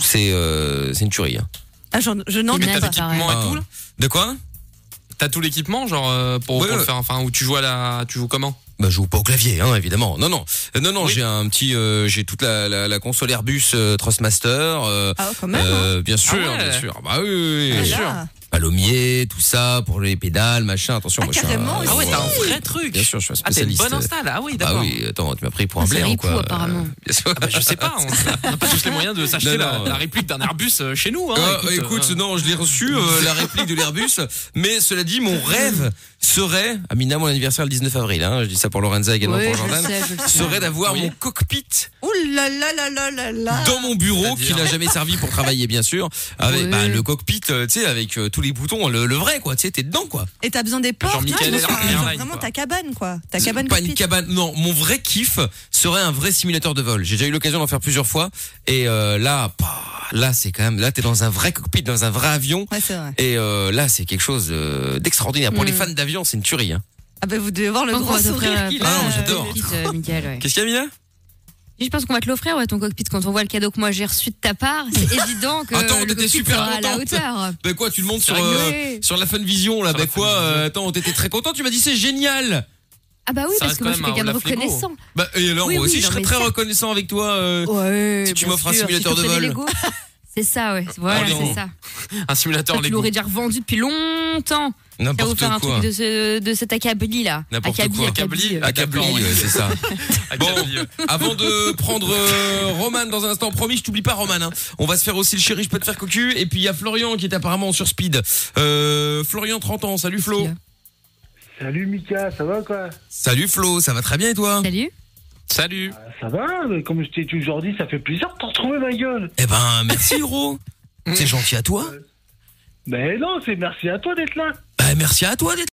C: c'est euh, c'est une tuerie. hein.
F: Ah, j'en- je n'en
D: Mais
F: doute
D: t'as
F: pas.
D: l'équipement et
C: Ah.
D: tout là
C: De quoi
D: T'as tout l'équipement, genre euh, pour,
C: Ouais,
D: pour le
C: ouais.
D: faire, enfin, où tu joues à la, tu joues comment
C: Bah, je joue pas au clavier, hein, évidemment. Non, non, Euh, non, non. J'ai un petit, euh, j'ai toute la, la, la console Airbus euh, Thrustmaster. euh,
F: Ah, quand même. hein.
C: euh, bien sûr,
D: ouais.
C: bien sûr. Bah oui, oui, oui.
F: Ah,
C: bien
F: là.
C: sûr. Palomier, tout ça pour les pédales, machin. Attention, moi, je suis un-
F: carrément aussi.
D: Ah ouais, t'as un vrai truc.
C: Bien sûr, je suis un
D: Ah, t'es une
C: spécialiste.
D: bonne install. Ah oui,
C: Ah
D: d'accord.
C: oui, attends, tu m'as pris pour un
E: Ah, c'est
C: blaireau,
E: ripou,
C: quoi. Euh,
E: apparemment.
C: bien sûr.
D: Bah, je sais pas, on on n'a pas tous les moyens de s'acheter
C: Non,
D: la,
C: non.
D: la réplique d'un Airbus euh, chez nous. Hein,
C: Ah, écoute,
D: euh,
C: non, je l'ai reçu, euh, la réplique de l'Airbus. Mais cela dit, mon rêve serait, à Mina, mon anniversaire le 19 avril, hein, je dis ça pour Lorenza également
E: Oui,
C: pour
E: je
C: Jordan,
E: sais, je sais.
C: serait d'avoir mon cockpit
F: Ouh là là là là là là.
C: dans mon bureau, qui
D: C'est-à-dire
C: n'a jamais servi pour travailler, bien sûr, avec
E: Oui.
C: bah, le cockpit, euh, tu sais, avec euh, tous tous les boutons, le, le vrai quoi, tu sais, t'es dedans quoi.
F: Et t'as besoin des
C: Genre
F: portes, tu vois,
C: Michael
F: je pense
C: Airline,
F: que- genre
C: quoi.
F: vraiment ta cabane quoi, ta cabane
C: Pas une
F: cockpit.
C: cabane. Non, mon vrai kiff serait un vrai simulateur de vol. J'ai déjà eu l'occasion d'en faire plusieurs fois et euh, là, pah, là c'est quand même là t'es dans un vrai cockpit, dans un vrai avion
F: Ouais, c'est vrai.
C: et euh, là c'est quelque chose euh, d'extraordinaire. Pour
F: Mm.
C: les fans d'avion, c'est une tuerie. Hein.
F: Ah bah vous devez voir le
E: Je pense qu'on
F: grand
E: va t'offrir,
F: sourire
E: euh,
F: qu'il
C: Ah
F: a.
C: non, j'adore.
E: cockpit, euh, Michael, ouais.
C: Qu'est-ce qu'il y a Mina
E: Je pense qu'on va te l'offrir, ouais, ton cockpit. Quand on voit le cadeau que moi j'ai reçu de ta part, c'est évident que
C: Attends, on
E: le
C: était
E: cockpit
C: super
E: sera à la
C: contente.
E: hauteur.
C: Ben quoi, tu le montes sur
E: rigolo.
C: euh,
E: Oui.
C: sur la Funvision là, ben quoi euh, Attends, t'étais très content, tu m'as dit c'est génial.
E: Ah bah oui,
D: Ça
E: parce
D: reste
E: que moi je
D: quand
E: suis quelqu'un
D: même
E: de
D: un Olaf Lego.
E: reconnaissant.
C: Bah, et alors
E: Oui,
C: moi
E: oui,
C: aussi je
E: non,
C: serais
E: mais Oh.
C: très
E: certes.
C: reconnaissant avec toi euh, si tu
E: bien
C: m'offres un
E: sûr,
C: simulateur
E: si
C: de
E: tu t'offrais des
C: vol.
E: Lego, C'est ça, ouais. Voilà,
C: Allez,
E: c'est
C: on-
E: ça.
D: Un simulateur
E: Toi, tu
D: Lego.
E: l'aurais déjà revendu depuis longtemps. T'as
C: N'importe
E: offert un
C: quoi.
E: truc de, ce, de cet acabli là.
C: N'importe
E: Acabli,
C: quoi.
E: acabli.
C: Acabli, ouais, c'est ça. bon, avant de prendre euh, Roman dans un instant, promis, je t'oublie pas Roman. hein. On va se faire aussi le chéri, je peux te faire cocu. Et puis il y a Florian qui est apparemment sur speed. Euh, Florian, 30 ans, salut Flo.
K: Salut Mika, ça va quoi
C: Salut Flo, ça va très bien et toi
E: Salut.
D: Salut.
K: Ça va, mais comme je t'ai toujours dit, ça fait plaisir de te retrouver ma gueule.
C: Eh ben, merci Hiro. C'est gentil à toi.
K: Mais Euh, ben non, c'est merci à toi d'être là.
C: Bah, merci à toi d'être